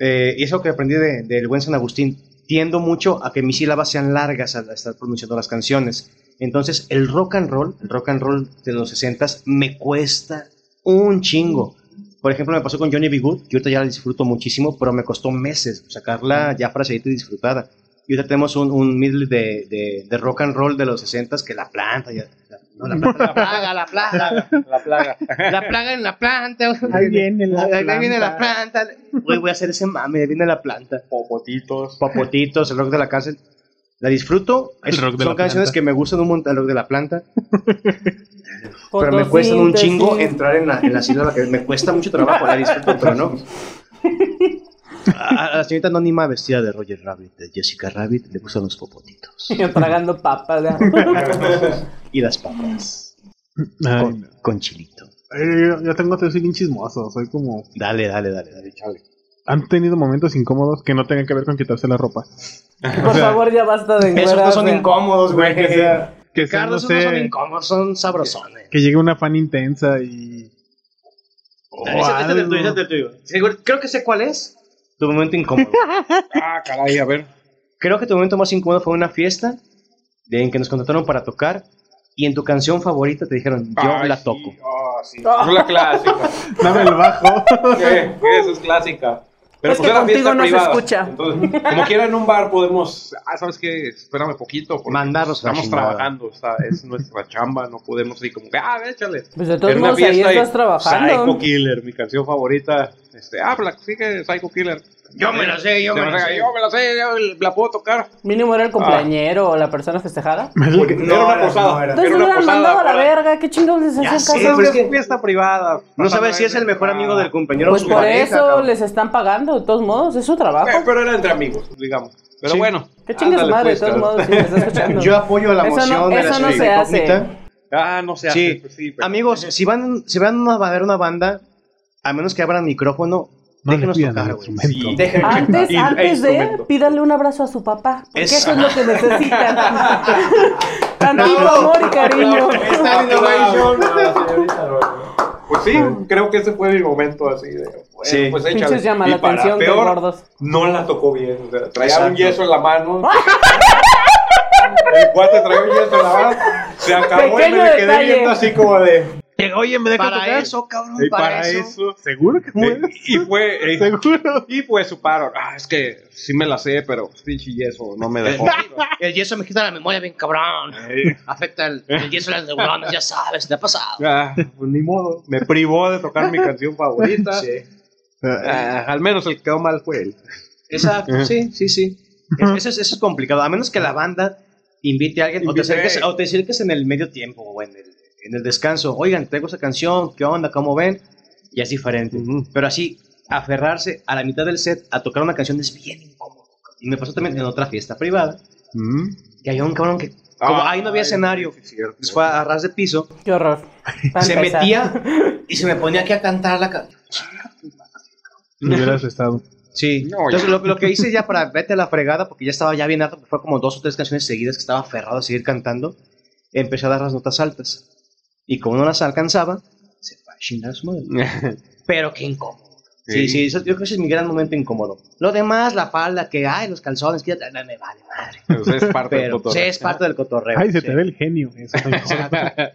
eh, y eso que aprendí de- del buen San Agustín, tiendo mucho a que mis sílabas sean largas al estar pronunciando las canciones. Entonces, el rock and roll, el rock and roll de los 60 me cuesta un chingo. Por ejemplo, me pasó con Johnny B. Good, que ahorita ya la disfruto muchísimo, pero me costó meses sacarla ya fraseadita y disfrutada. Y ahorita tenemos un, un middle de, de, de rock and roll de los 60 que la planta, ya, la, no, la
*laughs*
planta, la plaga, la plaga,
la plaga.
la plaga en la planta.
Ahí viene la
Ahí viene la
planta.
planta. Güey, voy a hacer ese mame, ahí viene la planta.
Popotitos.
Papotitos, el rock de la cárcel. La disfruto.
El
Es-
rock de
son
la
canciones
planta.
que me gustan un montón, el rock de la planta. Pero me cuestan un chingo entrar en la, en la sílaba. que me cuesta mucho trabajo, la disfruto, pero
*laughs*
no. A a la señorita anónima vestida de Roger Rabbit, de Jessica Rabbit, le gustan los popotitos.
Yo tragando papas.
*laughs*
ya.
Y las papas.
Ay,
Con, con chilito.
Ay, yo- yo tengo, soy bien chismoso. Soy como.
Dale, dale, dale, dale, chale.
Han tenido momentos incómodos que no tengan que ver con quitarse la ropa.
Por favor, ya basta de
Esos no son
encuerarse.
incómodos, güey.
Que sea- que sea,
Carlos,
no
esos no son
sé,
incómodos, son sabrosones.
que llegue una fan intensa y. o
Ese- ese es el
algo.
tuyo, ese es el tuyo. Seguro- Creo que sé cuál es tu momento incómodo.
Ah, caray, a ver.
*laughs* Creo que tu momento más incómodo fue una fiesta de- en que nos contrataron para tocar y en tu canción favorita te dijeron, yo
Ay,
la
sí,
toco.
ah,
*laughs*
sí. Es la clásica.
Dame el bajo.
Eh, Eso es clásica.
Pero
Es
pues
que
era fiesta
contigo no se
privada.
escucha.
Entonces,
Como quiera, en un bar podemos. Ah, ¿sabes qué? Espérame poquito. porque
Mandarlos a la
Estamos
chingada.
trabajando. está- es nuestra chamba. No podemos ir como que. Ah, échale.
Pues de todos
En una
modos, ahí
fiesta y
estás
Psycho
trabajando.
Killer, mi canción favorita. Este, ah, pues la que sigue Psycho Killer.
Yo me la sé, yo
Se
me
me
la
rega-
sé.
Yo me la sé, yo la puedo tocar.
Mínimo
Ah.
era el cumpleañero o la persona festejada.
Pues,
No,
era una
era-
posada.
no, era-
Pero
Entonces me
una
hubieran
posada
mandado a la
fuera.
verga. ¿Qué chingados les
Ya
hacían
sé,
caso?
pero es
Es
que-
fiesta privada.
No sabes si es el mejor amigo del compañero.
Pues
o su
por
pareja,
eso
cabrón.
les están pagando, de todos modos, es su
Ah,
trabajo.
pues.
Eh, Pero era entre amigos, digamos. Pero
Sí.
bueno.
Qué chingas
ándale,
madre,
pues,
de todos
claro.
modos, si
*laughs*
me está escuchando.
Yo apoyo la
Eso no-
moción de la
eso no
señorita
se hace.
incógnita.
Ah, no se hace.
Sí.
pues sí, pero-
Amigos, si van, si van a ver una banda, a menos que abran micrófono,
No le
Déjenos
pidan
tocar,
al
güey.
instrumento.
Sí.
Dejen-
Antes,
Y- e
antes de,
instrumento.
pídanle un abrazo a su papá. Porque
Es-
eso es lo que necesitan. Tantito
Bravo.
amor y cariño.
Standing ovation. Ah, Pues sí,
Sí.
creo que ese fue mi momento así de. bueno,
Sí.
pues échale.
Pinches llama
Y
la
para
atención de
peor,
gordos.
No la tocó bien. o sea, traía
Exacto.
un yeso en la mano.
*laughs*
El cuate traía un yeso en la mano. Se acabó y
Pequeño
me quedé
detalle.
viendo así como de.
Oye, me deja
Para
tocar?
eso, cabrón,
Y
para, eso.
¿Seguro que puedes?
Y
*laughs*
fue, eh,
Seguro.
y pues suparon. Ah, es que sí me la sé, pero pinche yeso, no
*laughs*
me dejó.
El yeso me quita la memoria bien cabrón.
Eh,
Afecta el, el yeso de las neuronas, ya sabes, te ha pasado.
ah, pues ni modo, me privó de tocar mi canción favorita. Ah, al menos el que quedó mal fue él.
Esa, sí, sí, sí. Es- Eso es, eso es complicado, a menos que la banda invite a alguien o te,
Invite.
acerques, o te acerques en el medio tiempo o en el, en el descanso. Oigan, tengo esa canción, ¿qué onda? ¿Cómo ven? Y es diferente. Pero así, aferrarse a la mitad del set a tocar una canción es bien incómodo. Y me pasó también en otra fiesta privada,
mm.
que había un cabrón que, como
Ah,
ahí no había escenario, pues fue a ras de piso,
Qué horror. Para
se
*laughs*
empezar.
metía y se me ponía aquí a cantar la canción.
Me
*laughs*
hubieras estado.
Sí.
No,
Entonces,
ya.
lo, lo que hice ya para vete a la fregada, porque ya estaba ya bien harto, fue como dos o tres canciones seguidas que estaba aferrado a seguir cantando, empecé a dar las notas altas. Y como no las alcanzaba, se fue a chingar a su madre. *laughs* Pero qué incómodo. Sí,
Sí.
sí, eso- yo creo que ese es mi gran momento incómodo. Lo demás, la falda, que hay, los calzones, que ya- me vale madre.
Pues es parte del
Pero sí,
cotorreo.
es parte del cotorreo.
Ay, se
sí.
te ve el genio.
*laughs*
Eso está incómodo.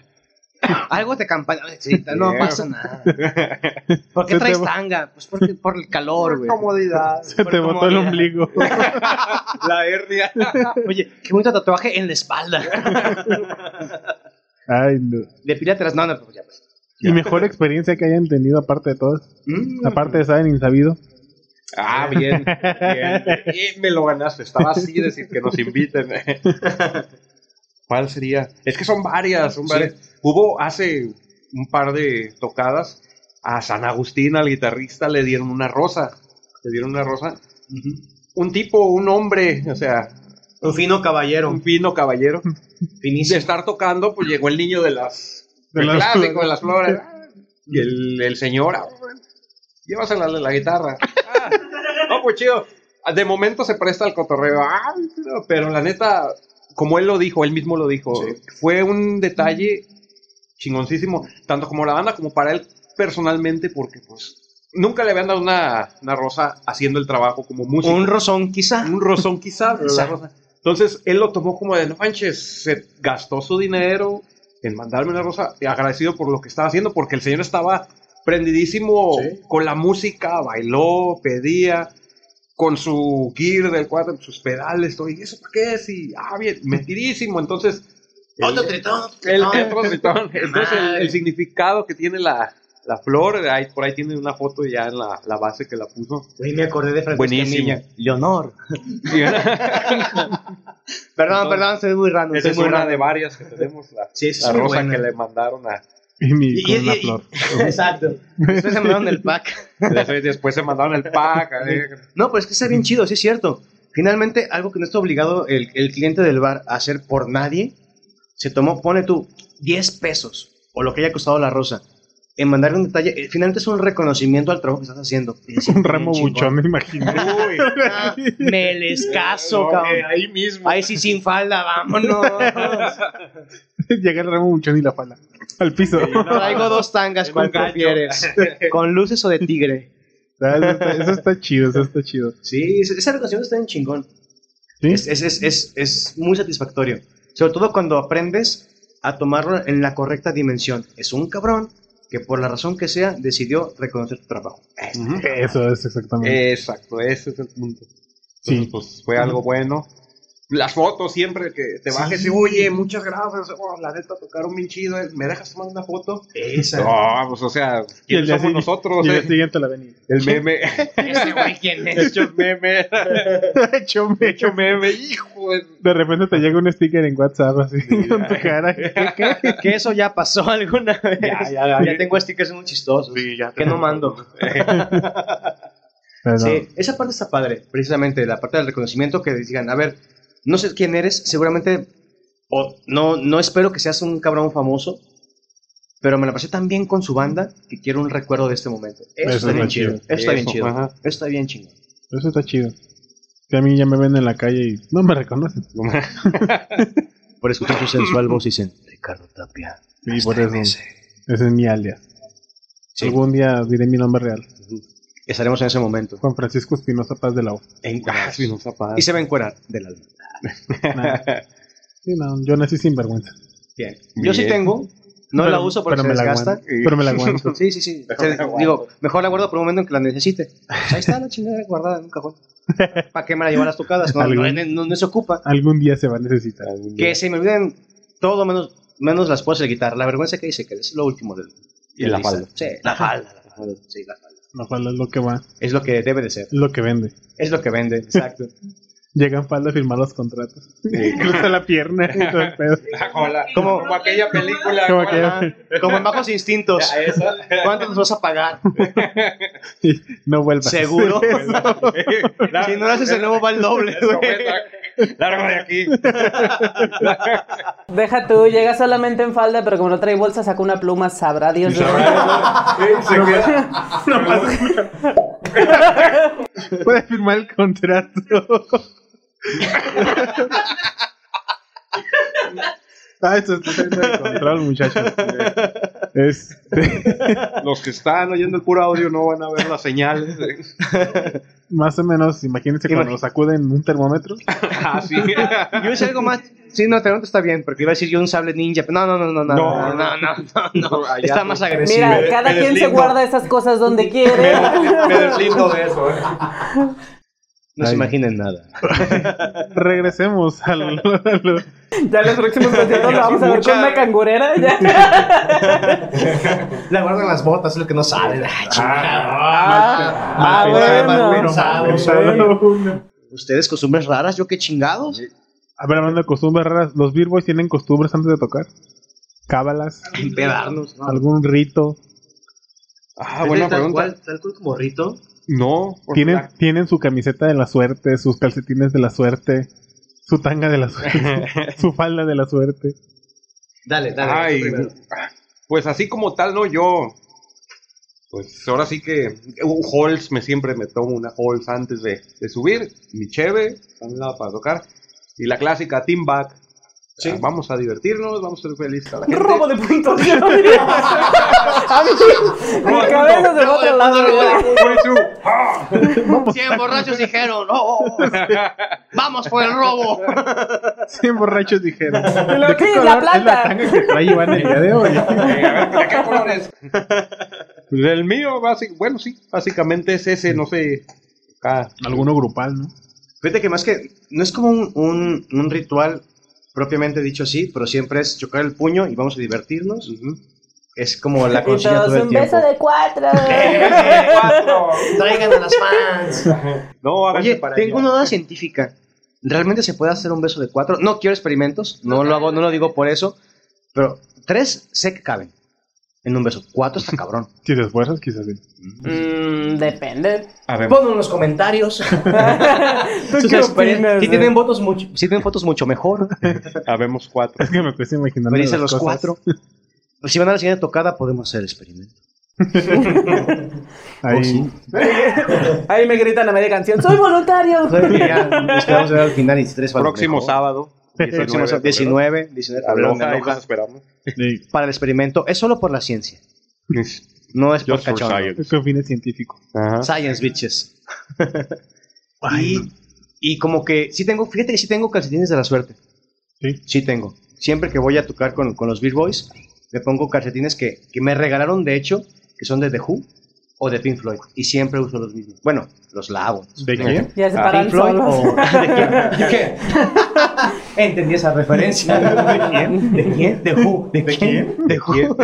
Algo te campaña. sí, no
Sí.
pasa *laughs* nada. ¿Por qué
Se te
traes
va-
tanga? Pues porque, por el calor, güey. *laughs*
comodidad.
se te botó el ombligo.
La hernia.
Oye, qué bonito tatuaje en la espalda.
Ay, no.
Depílatelas, no, no, pues ya. pues.
Y mejor experiencia que hayan tenido, aparte de todas.
Mm.
Aparte de saben insabido.
Ah, bien. bien. *laughs* Eh, me lo ganaste. Estaba así decir que nos inviten. *laughs* ¿Cuál sería? Es que son varias, son
Sí.
varias. Hubo hace un par de tocadas a San Agustín, al guitarrista, le dieron una rosa. Le dieron una rosa. Un tipo, un hombre, o sea,
Un fino caballero,
un fino *laughs* caballero. De
finísimo.
estar tocando, pues llegó el niño de las.
De
el
las
clásico,
flores.
de las flores. Y el, el señor, ah, bueno, llévasela la, la guitarra. Ah, no, pues chido. Ah, De momento se presta al cotorreo. Ah, no, pero la neta, como él lo dijo, él mismo lo dijo, fue un detalle chingoncísimo, tanto como la banda como para él personalmente, porque pues nunca le habían dado una, una rosa haciendo el trabajo como músico
Un rozón, quizá.
un rozón quizá, pero la rosa. Entonces él lo tomó como de no manches, se gastó su dinero en mandarme una rosa, y agradecido por lo que estaba haciendo, porque el señor estaba prendidísimo con la música, bailó, pedía, con su gear del cuadro, sus pedales, todo, y eso para qué es, y ah, bien, metidísimo. Entonces,
Otro
el-
tritón.
el,
tritón.
otro tritón. Entonces, el, el significado que tiene la, la flor, ahí- por ahí tiene una foto ya en la, la base que la puso. *laughs*
Güey, me acordé de Francisco
Buenísimo.
Escamilla. Leonor. Perdón, perdón, soy muy random.
Esa
Soy
es
muy
una
random.
de
*laughs*
varias que tenemos, la,
Sí, esa
la
es muy
rosa
buena.
que le mandaron a...
Y mi
Y-
con
y-
una
y-
flor.
*laughs* Exacto. Ustedes se mandaron el pack.
Después, después se mandaron el pack.
*laughs*
¿eh?
No, pero es que está bien chido, sí es cierto. Finalmente, algo que no está obligado el, el cliente del bar a hacer por nadie, se tomó, pone tú, 10 pesos, o lo que haya costado la rosa, en mandarle un detalle. Eh, Finalmente es un reconocimiento al trabajo que estás *laughs* haciendo.
Un ramo
Bien chingón.
buchón, me
*laughs*
imagino.
Uy,
Ah, me les caso,
no, eh,
cabrón.
ahí mismo.
Ahí sí sin falda, *laughs* vámonos.
Llega el ramo buchón y la pala. Al piso. *laughs*
Traigo dos tangas,
Un
¿cuál *laughs*
gancho.
prefieres? ¿Con luces o de tigre?
Ah, Eso está, eso está chido, eso está chido.
Sí, es- esa relación está en chingón.
¿Sí?
Es, es, es, es, es muy satisfactorio. Sobre todo cuando aprendes a tomarlo en la correcta dimensión. Es un cabrón que por la razón que sea decidió reconocer tu trabajo.
Ujú.
Eso es
Eh,
exactamente.
Exacto, ese es el punto.
Sí.
Entonces, pues fue algo bueno. Las fotos siempre que te bajes y oye, muchas gracias, oh, la neta tocaron bien chido, eh, ¿me dejas tomar una foto?
Esa.
No, pues o sea,
Y
¿quiénes
el día
somos
siguiente-
nosotros?
y el
eh?
día siguiente la venía.
El
*laughs*
meme,
Ese güey,
*laughs*
¿quién es?
hechos
*laughs*
meme,
Hecho me-
hecho meme, hijo de...
De repente te llega un sticker *laughs* en WhatsApp así con tu cara.
Que eso ya pasó alguna vez. Ya, tengo stickers muy chistosos. que no
*laughs*
mando.
No, no.
Sí, esa parte está padre, precisamente, la parte del reconocimiento que digan, a ver, no sé quién eres, seguramente, o no, no espero que seas un cabrón famoso, Pero me la pasé tan bien con su banda que quiero un recuerdo de este momento. Eso,
Eso
está
está
bien chido.
chido.
Eso está bien
Eso,
chido.
ajá.
Eso está bien chingón.
Eso está chido. Que a mí ya me ven en la calle y no me reconocen.
Por escuchar su sensual voz dicen, Ricardo Tapia.
Sí, por eso.
estremece".
Ese es mi alias.
Sí.
Algún día diré mi nombre real.
Estaremos en ese momento.
Juan Francisco Espinosa Paz de la O.
En-
zapatos.
y se va a encuerar del alma.
Nah. Sí, no, yo nací sin vergüenza.
Bien. Yo sí
Bien.
tengo. No la
Pero-
uso porque
pero
se
me la
desgasta.
aguanto. Pero me la aguanto.
Sí, sí,
*laughs*
sí. Se- digo, mejor la guardo por un momento en que la necesite. Pues Ahí está la chingada guardada en un
*laughs*
cajón. ¿Para qué me la llevo a las tocadas? No, no, no- no se ocupa.
Algún día se va a necesitar.
Que se me olviden todo menos, menos las poses de guitarra. La vergüenza que dice que es lo último del.
Y la
lista.
falda.
Sí, la falda. la falda, Sí, la falda.
La falda es lo que va,
Es lo que debe de ser.
es lo que vende.
Es lo que vende,
*laughs*
exacto.
Llegan falda a firmar los contratos. *laughs* Cruza la pierna y
*laughs*
todo el pedo.
Como, la-
Como-
como aquella película.
Como
¿cuál?
que-
Ah, Como en bajos instintos.
Ah,
*laughs*
esa.
*laughs*
¿Cuánto nos vas a pagar?
Y no
*laughs*
vuelvas. *laughs*
Seguro. si no lo haces el nuevo va el doble, güey.
Largo de aquí.
Deja tú, llega solamente en falda, pero como no trae bolsa, saca una pluma, sabrá Dios. de dónde.
Sí, se queda.
Puedes firmar
*laughs*
el contrato. ah, esto está saliendo de
*laughs*
control, muchachos. Este,
Los que están oyendo el puro audio no van a ver las señales. *laughs*
más o menos, imagínense cuando sacuden un *laughs* termómetro.
Así.
Yo hice algo más. Sí, no, te está bien, porque iba a decir yo un sable ninja. pero No, no, no, no, no, no, no, no, no, no.
allá
Está
tú.
más agresivo.
Mira,
me-
cada
me
quien se
deslindo.
guarda esas cosas donde quiere.
Me deslindo de eso. eh.
No se
Ay.
imaginen nada.
Regresemos al, *laughs* a lo-
ya los próximos conciertos lo vamos a ver con una cangurera. ya.
La guardan las botas, es lo que no saben. Ah, chingada.
Ah, ah,
pensado, mal
bueno.
pensado, güey.
pensado una.
Ustedes costumbres raras, yo qué chingados.
A ver, hablando de costumbres raras, ¿los Beer Boys tienen costumbres antes de tocar? ¿Cábalas?
Empedarnos. ¿no?
¿Algún rito?
Ah, buena
Es tal
pregunta.
cual- tal cual como Rito.
No, porque
¿Tienen,
la-
tienen su camiseta de la suerte, sus calcetines de la suerte, su tanga de la *laughs* suerte, su falda de la suerte.
Dale, dale.
Ay,
tú primero.
pues así como tal, no, yo. Pues ahora sí que. un Halls, me siempre me tomo una Halls antes de, de subir. Mi cheve, a un lado para tocar. Y la clásica Team Back. Ah, vamos a divertirnos, vamos a ser felices a la gente.
Robo de puntos. yo
¿eh?
diría. a mí, mi cabeza se va a otro lado. ya.
Cien borrachos dijeron, oh, oh, vamos por el robo.
Cien borrachos *laughs* dijeron. ¿De
lo que
qué
es la
color es la
plata?
tanga que trae Iván el día de *laughs* hoy?
Eh, a ver, ¿de qué color es?
Pues el mío, básic- bueno, sí, básicamente es ese, no sé. ah, acá.
Alguno grupal, ¿no?
Fíjate que más que. No es como un, un, un ritual propiamente dicho así, pero siempre es chocar el puño y vamos a divertirnos. Es como la
Y
consigna
todos
todo el
un
tiempo.
beso de cuatro.
Cuatro.
Traigan a las fans.
No, háganse
Oye,
para
tengo
allá.
una duda científica. ¿Realmente se puede hacer un beso de cuatro? No quiero experimentos, no lo hago, no lo digo por eso, pero tres sé que caben en un beso. Cuatro está cabrón.
Si te esfuerzas, quizás sí.
Mm, depende.
A ver,
Ponlo en los *laughs* comentarios.
¿Tú qué opinas?
Si
eh?
tienen votos mucho, si tienen fotos mucho *laughs* mejor.
habemos cuatro.
Pues,
Es que me estoy imaginando.
Me dicen
las
los
cosas.
cuatro. Pues, Si van a la siguiente tocada, podemos hacer el experimento.
Ahí.
Oh, *laughs* sí.
Ahí me gritan a media canción. ¡Soy voluntario!
Ya, nos quedamos este, a ver al final y tres van
Próximo
mejor.
sábado.
*laughs* Próximo sábado. 19, 19 de febrero,
Aloja,
me
ahí
aloja.
los esperamos.
Sí,
Para el experimento, es solo por la ciencia. No es por
Just for
cachondo.
science.
es con fines científicos.
Ajá.
Science bitches.
*laughs* Ay,
y,
no.
y como que sí tengo, fíjate que sí tengo calcetines de la suerte.
Sí.
tengo. Siempre que voy a tocar con, con los Beat Boys, me pongo calcetines que, que me regalaron, de hecho, que son de The Who o de Pink Floyd. Y siempre uso los mismos. Bueno, los lavo.
¿De quién?
Ya se
Ah,
paran
Pink Floyd
solos.
o *laughs* ¿De quién? Entendí esa referencia. ¿De quién? ¿De quién? ¿De Who? ¿De, quién? ¿De Who?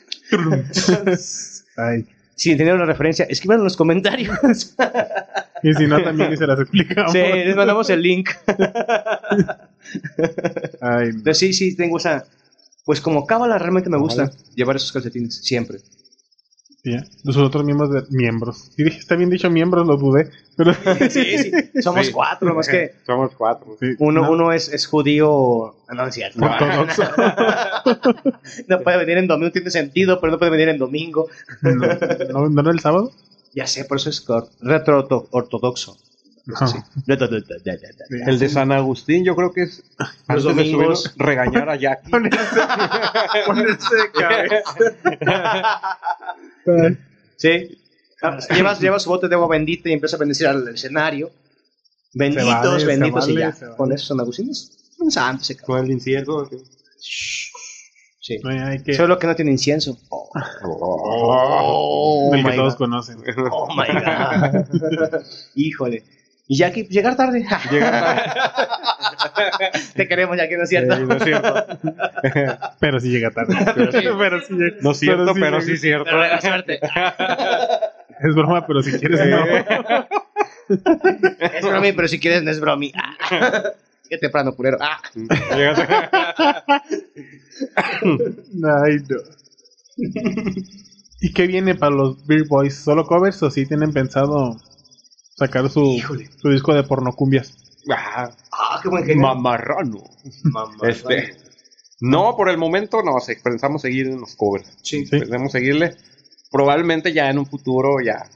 *laughs* *laughs*
Ay.
Si entendieron la referencia, escriban en los *laughs* comentarios.
Y si no, también se las explicamos.
Sí, les mandamos el link. *laughs*
Ay, no.
Entonces, sí, sí, tengo esa. Pues como cábala realmente me gusta llevar esos calcetines, siempre.
Sí, ya. Los otros miembros de. Miembros. Y dije, está bien dicho miembros, lo dudé. Pero.
Sí, sí. Somos
Sí.
cuatro, nomás que
Somos cuatro.
*laughs* Sí,
uno,
no,
uno es, es judío. ah, No, es cierto. No,
*laughs*
ortodoxo.
puede venir en domingo, tiene sentido, pero no puede venir en domingo.
No, no, ¿no era el sábado?
Ya sé, por eso es cor- retro-ortodoxo.
No.
Sí.
El de San Agustín, yo creo que es.
Los
antes de
domingos.
subirlo, regañar a Jackie.
Ponerse de cabeza.
Sí. Ah, Llevas, lleva su bote de agua bendita y empieza a bendecir al escenario. Benditos,
vale, se
benditos y
vale,
ya.
se vale.
Con eso San Agustín es un santo ese cabrón.
Con el incierto. ¿sí?
Pues,
Sí.
No, ya hay que.
Solo que no tiene
*laughs*
incienso. Oh, oh
el que
my
todos
God.
conocen.
Oh my *laughs* god. Híjole. Y Jackie, llegar tarde. *laughs* Te queremos, Jackie, ¿no es cierto?
Sí, no es *laughs* cierto.
Pero sí llega tarde. *laughs* Pero sí, llega.
No es cierto, pero
llega.
sí es cierto.
Pero buena suerte. Ah,
Es broma, pero si quieres, no.
Es bromi, pero si quieres no es bromi. Ah. Qué temprano, purero. Ah.
Llegas-
Ay, no. ¿Y qué viene para los Beer Boys? ¿Solo covers o si tienen pensado sacar su,
Híjole.
su disco de pornocumbias?
Ah,
Ah, qué buen genio.
mamarrano. Este. No, por el momento no, se- pensamos seguir en los covers.
Sí.
Pensamos seguirle. Probablemente ya en un futuro ya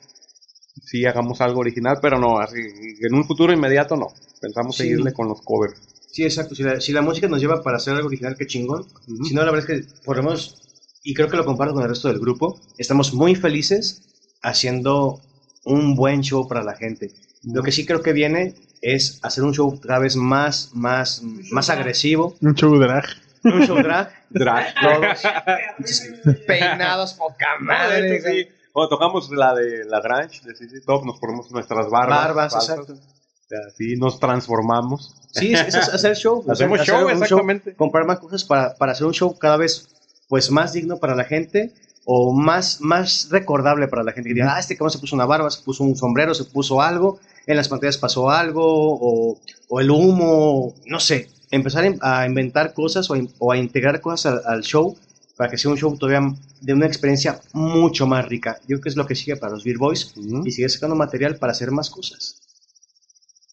sí hagamos algo original, pero no, así, en un futuro inmediato no. Pensamos
Sí.
seguirle con los covers.
Sí, exacto. Si la, si la música nos lleva para hacer algo original, qué chingón. Si no, la verdad es que, por lo menos, y creo que lo comparto con el resto del grupo, estamos muy felices haciendo un buen show para la gente. Lo que sí creo que viene es hacer un show cada vez más, más, más agresivo.
Un show drag.
Un show
*laughs*
drag.
Drag. *laughs*
Todos peinados, poca madre.
sí. Cuando tocamos la de la Grange, de CC Top, nos ponemos nuestras barbas.
Barbas,
falsas,
exacto.
y Así nos transformamos.
Sí, es, es hacer show.
Hacemos
hacer-
show,
hacer un
exactamente.
comprar más cosas para, para hacer un show cada vez pues más digno para la gente o más, más recordable para la gente. Que diga, ah, este cabrón se puso una barba, se puso un sombrero, se puso algo, en las pantallas pasó algo, o, o el humo, no sé. Empezar in- a inventar cosas o, a in- o a integrar cosas al, al show para que sea un show todavía m- de una experiencia mucho más rica. Yo creo que es lo que sigue para los Beer Boys
Ujú.
y seguir sacando material para hacer más cosas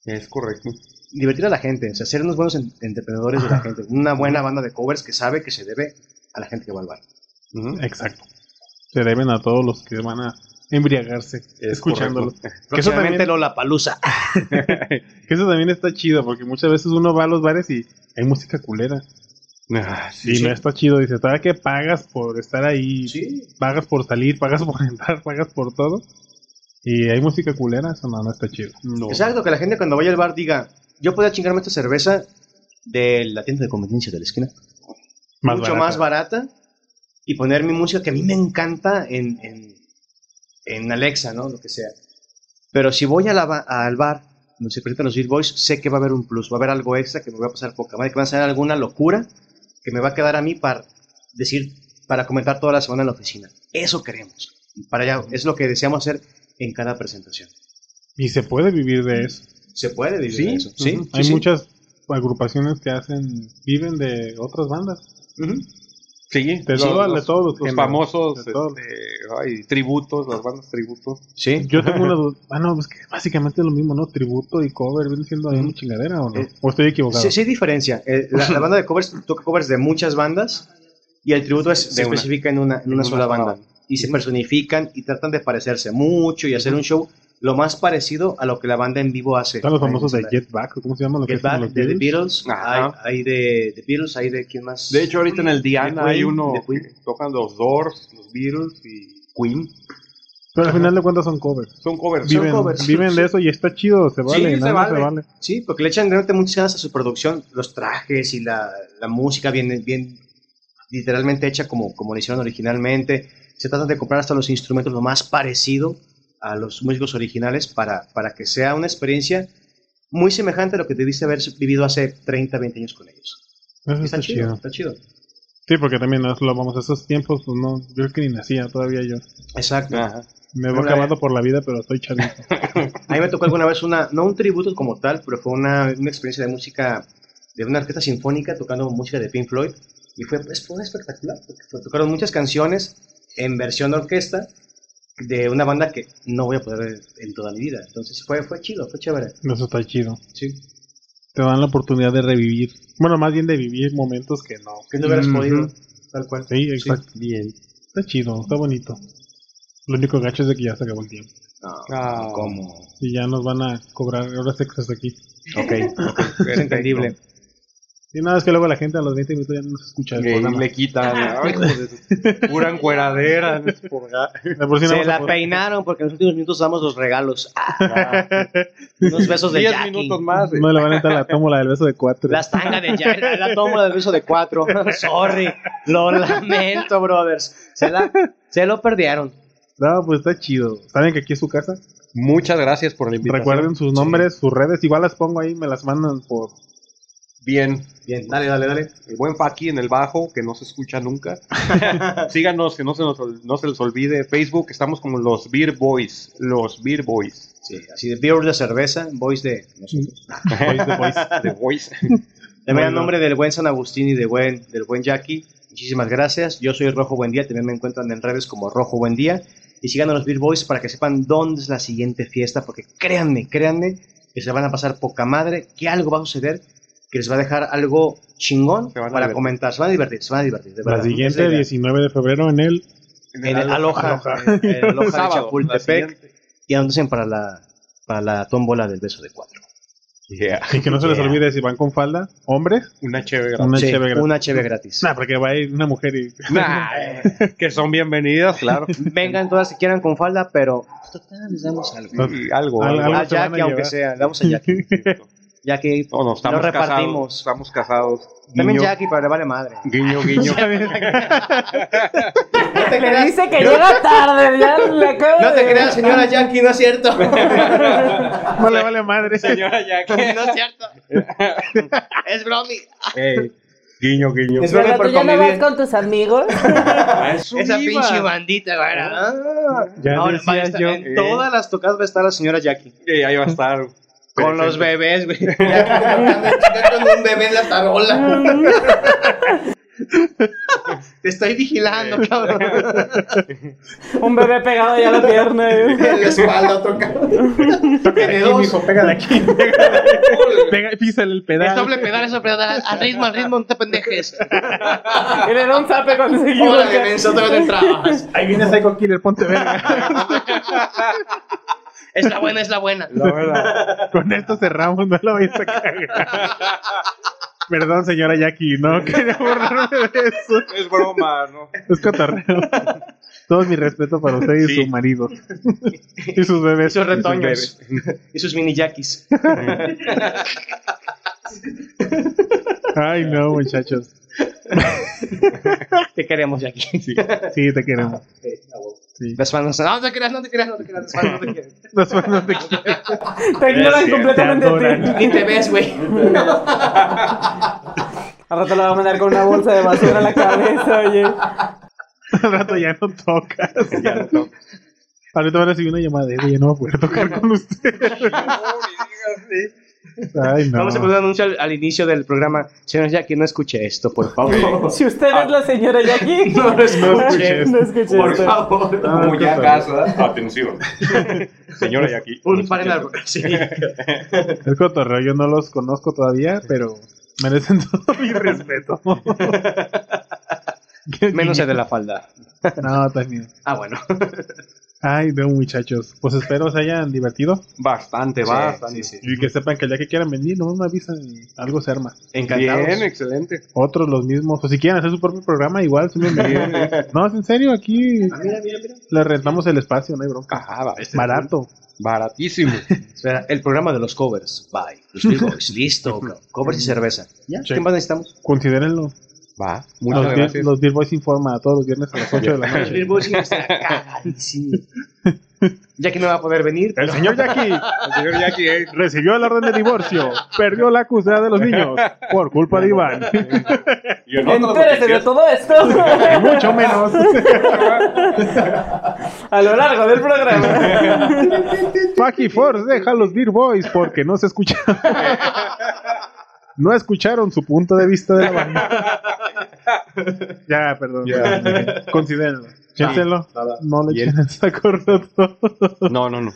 Es correcto.
divertir a la gente, o sea, ser unos buenos en- entretenedores de la gente, una buena banda de covers que sabe que se debe a la gente que va al bar.
Ujú.
Exacto. Se deben a todos los que van a embriagarse
*laughs*
escuchándolo. Que eso,
Próximamente
también,
Lola *laughs* Palusa.
*laughs* que eso también está chido, porque muchas veces uno va a los bares y hay música culera.
Ah, sí.
Y no está chido. Dice, ¿sabes qué? Pagas por estar ahí, pagas por salir, pagas por *laughs* entrar, pagas por todo. Y hay música culera, eso no, no está chido.
No.
Exacto, que la gente cuando vaya al bar diga, yo podría chingarme esta cerveza de la tienda de conveniencia de la esquina, mucho
barata.
más barata, y poner mi música que a mí me encanta en, en, en Alexa, ¿no? Lo que sea. Pero si voy a la ba- al bar, donde se presentan los Beat Boys, sé que va a haber un plus, va a haber algo extra que me va a pasar poca madre, que va a ser alguna locura que me va a quedar a mí para decir, para comentar toda la semana en la oficina. Eso queremos. Para allá, es lo que deseamos hacer en cada presentación.
Y se puede vivir de eso.
Se puede vivir
Sí,
de eso. Sí,
ujú.
sí,
hay
sí.
muchas agrupaciones que hacen, viven de otras bandas.
Ujú.
Sí,
Te lo- de todos los
los
géneros,
famosos
de todos.
este, ay, tributos, las bandas tributos.
Sí.
Yo
*laughs*
tengo una duda. Ah, no, pues que básicamente es lo mismo, ¿no? Tributo y cover, viene siendo la misma chingadera o no.
Eh,
O estoy equivocado.
Sí, sí hay diferencia. Eh, la, la banda de covers toca covers de muchas bandas y el tributo es- se
De una.
especifica en una, en una
una
sola
sola
banda. Y se personifican y tratan de parecerse mucho y hacer un show lo más parecido a lo que la banda en vivo hace.
Están los famosos de
Hay-
Get Back, ¿o ¿cómo se llaman? Lo que
Get
hacen
Back,
los
de The
Beatles?
Beatles. Hay,
Ajá.
hay de The Beatles, hay de quién más.
De hecho, ahorita en el Diana
De
hay
Queen,
uno
de Queen.
que tocan los Doors, los Beatles y Queen.
Pero al final de cuentas son covers.
Son covers.
Sí,
Viven,
covers,
viven
sí.
de eso y está chido, se vale.
se
nada más se
vale.
vale.
Sí, porque le echan realmente muchas ganas a su producción, los trajes y la, la música bien, bien literalmente hecha como, como lo hicieron originalmente. Se tratan de comprar hasta los instrumentos lo más parecido a los músicos originales para, para que sea una experiencia muy semejante a lo que debiste haber vivido hace 30, 20 años con ellos.
Eso
Está chido,
chido.
está chido.
Sí, porque también nos lo vamos a esos tiempos, pues no, yo creo que ni nacía todavía yo.
Exacto.
Ajá.
Me voy
Hola,
acabando por la vida, pero estoy
*laughs*
chavito.
A mí me tocó alguna vez una, no un tributo como tal, pero fue una, una experiencia de música, de una orquesta sinfónica tocando música de Pink Floyd. Y fue, pues, fue espectacular, porque fue- tocaron muchas canciones en versión de orquesta de una banda que no voy a poder ver en toda mi vida. Entonces fue, fue chido, fue chévere.
Eso está chido.
Sí.
Te dan la oportunidad de revivir. Bueno, más bien de vivir momentos que no.
Que no hubieras
Ujú.
podido, tal cual.
Sí, exacto. Bien. Está chido, está bonito. Lo único gacho es de que ya se acabó el tiempo.
Ah, ¿Cómo?
Y ya nos van a cobrar horas extras aquí.
*laughs*
Ok, ok, es entendible.
Y nada, es que luego la gente a los 20 minutos ya no nos escucha. el programa.
le quitan. *laughs* ay, hijo de su- Pura encueradera.
*laughs* De por sí no
Se
vamos a
la
poder-
peinaron porque en los últimos minutos damos los regalos. Ah, unos besos de
10
Jackie.
minutos más. eh.
No le van a entrar la tómbola del beso de cuatro.
Las tangas de Jack, la tómbola del beso de cuatro. *laughs* Sorry, lo lamento, brothers. Se, la- se lo perdieron.
No, pues está chido. Saben que aquí es su casa.
Muchas gracias por la invitación.
Recuerden sus nombres, sus redes. Igual las pongo ahí, me las mandan por.
Bien.
Bien, dale, dale, dale.
El buen Faki en el bajo, que no se escucha
*laughs*
nunca. Síganos, que no se, nos ol- no se les olvide. Facebook, estamos como los Beer Boys. Los Beer Boys.
Sí, así de beer de cerveza, voice de. No sé.
Boys de Boys.
The Boys.
También
Bueno.
a nombre del buen San Agustín y de buen, del buen Jackie, muchísimas gracias. Yo soy Rojo Buen Día, también me encuentran en redes como Rojo Buen Día. Y sigan a los Beer Boys para que sepan dónde es la siguiente fiesta, porque créanme, créanme, que se van a pasar poca madre, que algo va a suceder, que les va a dejar algo chingón
Se van a
para
divertir.
comentar. Se van a divertir, se van a divertir. de
La
verdad.
siguiente,
Esa es la idea.
19 de febrero en el.
En el Aloha, en el Aloha de
Sábado, la
Chapultepec.
siguiente.
Y anúncien para la, para la tómbola del beso de cuatro.
Yeah.
Y que no se les
Yeah.
olvide si van con falda, hombres,
Una chévere.
una
Sí,
cheve gratis.
una cheve gratis.
Nah, porque va a ir una mujer y.
Nah, eh, *laughs* que son bienvenidas, claro.
Vengan todas si quieran con falda, pero total, les damos algo.
Y algo.
Pues, Al-
algo.
algo
A
se van a
Jackie, aunque
llevar.
sea, le damos a *laughs* Jackie. Jackie,
No, no, estamos
Lo
casados.
repartimos.
Estamos casados.
también
Guiño,
Jackie, pero le vale madre.
Guiño, guiño.
Le dice que llega tarde, ya le
*laughs*
acabo
No te
de-
creas, señora Jackie, no es *laughs* cierto.
*laughs* No le vale madre.
Señora Jack.
No es *laughs* cierto. Es bromi.
Ey, Guiño, guiño.
Es bromi
Pero
por
tú ya no
convivir.
vas con
*laughs*
tus amigos.
Esa pinche bandita, ¿verdad?
Ya
Ahora
decía
va a estar-
yo.
en todas las tocadas va a estar la señora Jackie.
Ey, ahí va a estar.
Con los bebés,
Presente.
güey.
*laughs*
con un bebé en la tarola. Te estoy vigilando, cabrón.
Un bebé pegado ya a la pierna. eh.
*laughs* En la espalda tocando. *laughs* Tiene dos.
Pega, písale el
Es
pedal.
doble pedal, es doble pedal. Al ritmo, al ritmo, no te pendejes.
Y le da un zape conseguido.
Órale, menso, te entrabas.
Ahí viene Psycho Killer, ponte verga.
Es la buena, es la buena.
La verdad. Con esto cerramos, no lo vayas
*laughs*
a cagar. Perdón, señora Jackie, no quería borrarme de eso.
Es broma, ¿no?
Es cotorreo. Todo mi respeto para usted y
Sí.
su marido. Y sus bebés.
Esos
retoños.
retoños. Y sus mini yaquis.
Ay, no, muchachos.
Te queremos, Jackie.
Sí, te queremos. Sí.
Las Ah, manos. No te creas, no te creas, no te creas. Las manos no te creas.
Nos vemos de aquí.
Te ignoran completamente a
adoran.
ti.
Ni te ves, güey.
Al rato la va a mandar con una bolsa de basura en la cabeza, oye.
Al rato ya no tocas.
Ya no toca.
Ahorita van a recibir una llamada de ella, ya no me puedo tocar con usted. Ay, no.
Vamos a poner un anuncio al, al inicio del programa. Señor Jackie, no escuche esto, por favor.
Si usted es
Ah.
la señora
*laughs*
Jackie, no,
No escuches.
no escuché
Por
esto.
favor,
Ah,
como ya
qué
casa.
Atención. Señora Jackie.
*laughs* Un par en la... Sí.
Es cotorreo, yo no los conozco todavía, pero merecen *laughs* todo mi
*laughs*
respeto. Qué
Menos el de la falda.
niño. No, también.
Ah, bueno.
Ay, no, muchachos. Pues espero se hayan divertido
Bastante,
Sí,
bastante.
sí, sí.
y que sepan que el día que quieran venir, nomás me avisan y algo se arma.
Encantados.
Bien, excelente.
Otros los mismos, o si quieren hacer su propio programa, igual.
*laughs*
son bienvenidos. no, es en serio, aquí
Ah,
le rentamos el espacio, no hay bronca.
Ajá, va- este-
Barato.
*laughs*
Baratísimo.
Espera, el programa de los covers. Bye. Los Bill Boys. Listo. bro. Covers y cerveza. ¿Ya?
Sí.
¿Qué más necesitamos?
Considérenlo.
Va.
Los,
Muchas
Beer-
gracias.
los Beer Boys informa todos los viernes a las 8
*laughs*
de la
Los Bill
noche.
Boys están cagadísimos. *laughs* Ya que no va a poder venir.
El señor
*laughs*
Jackie
El señor Jackie, eh,
recibió la orden de divorcio, perdió la acusada de los niños por culpa de Iván.
y en otras
Entérese
noticias,
de todo
*laughs*
esto
*laughs*
Mucho menos.
a lo largo del programa.
Faki Force deja a los Beer Boys porque no se escucharon. No escucharon su
*laughs*
punto de vista de la banda. Ya, perdón.
Ya.
Considérenlo. Piénselo. No le echen el saco roto.
No, no, no.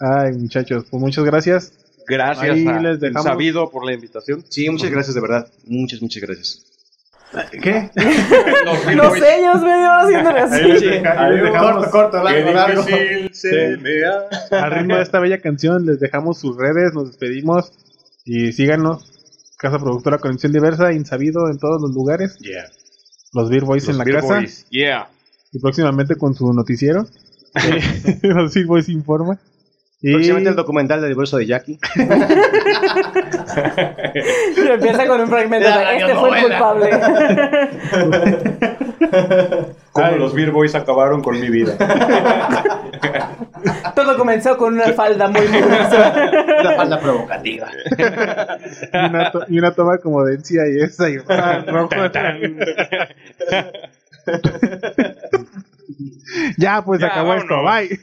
Ay, muchachos, pues muchas gracias.
Gracias
Ahí
a
les dejamos.
Sabido por la invitación.
Sí, muchas gracias, de verdad. Muchas, muchas gracias.
¿Qué?
No sé, llevas media hora haciéndole
Ahí les,
así.
deja- ahí les dejamos.
Corto, corto, largo, largo.
se Al ritmo de esta bella canción les dejamos sus redes, nos despedimos y síganos. Casa Productora Conexión Diversa, Insabido en todos los lugares.
Yeah.
Los Beer Boys
Los
en la
Beer
casa.
Boys. Yeah.
Y próximamente con su noticiero. Eh, *laughs* los Beer Boys Informa. Y
Próximamente el documental del divorcio de Jackie.
Pero empieza con un fragmento
La
de este fue el culpable.
Como los Beer Boys acabaron con mi vida.
Todo comenzó con una falda muy
*laughs*
jugosa.
Una falda provocativa.
una, to- y una toma como de encía y esa y ah, rojo. *laughs* ya, pues
Ya,
acabó esto.
vámonos.
Bye.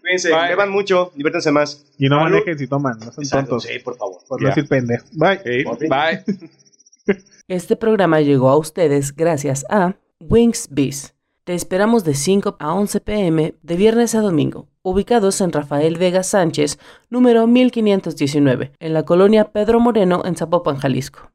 Cuídense,
Bye.
beban mucho, diviértanse más.
Y no
Salud.
manejen si toman, no son tontos.
Sí, por favor.
Por
Ya.
no decir pendejo. Bye.
Hey, bye.
Este programa llegó a ustedes gracias a Wings Bees. Te esperamos de 5 a 11 pm de viernes a domingo, ubicados en Rafael Vega Sánchez, número 1519, en la colonia Pedro Moreno, en Zapopan, Jalisco.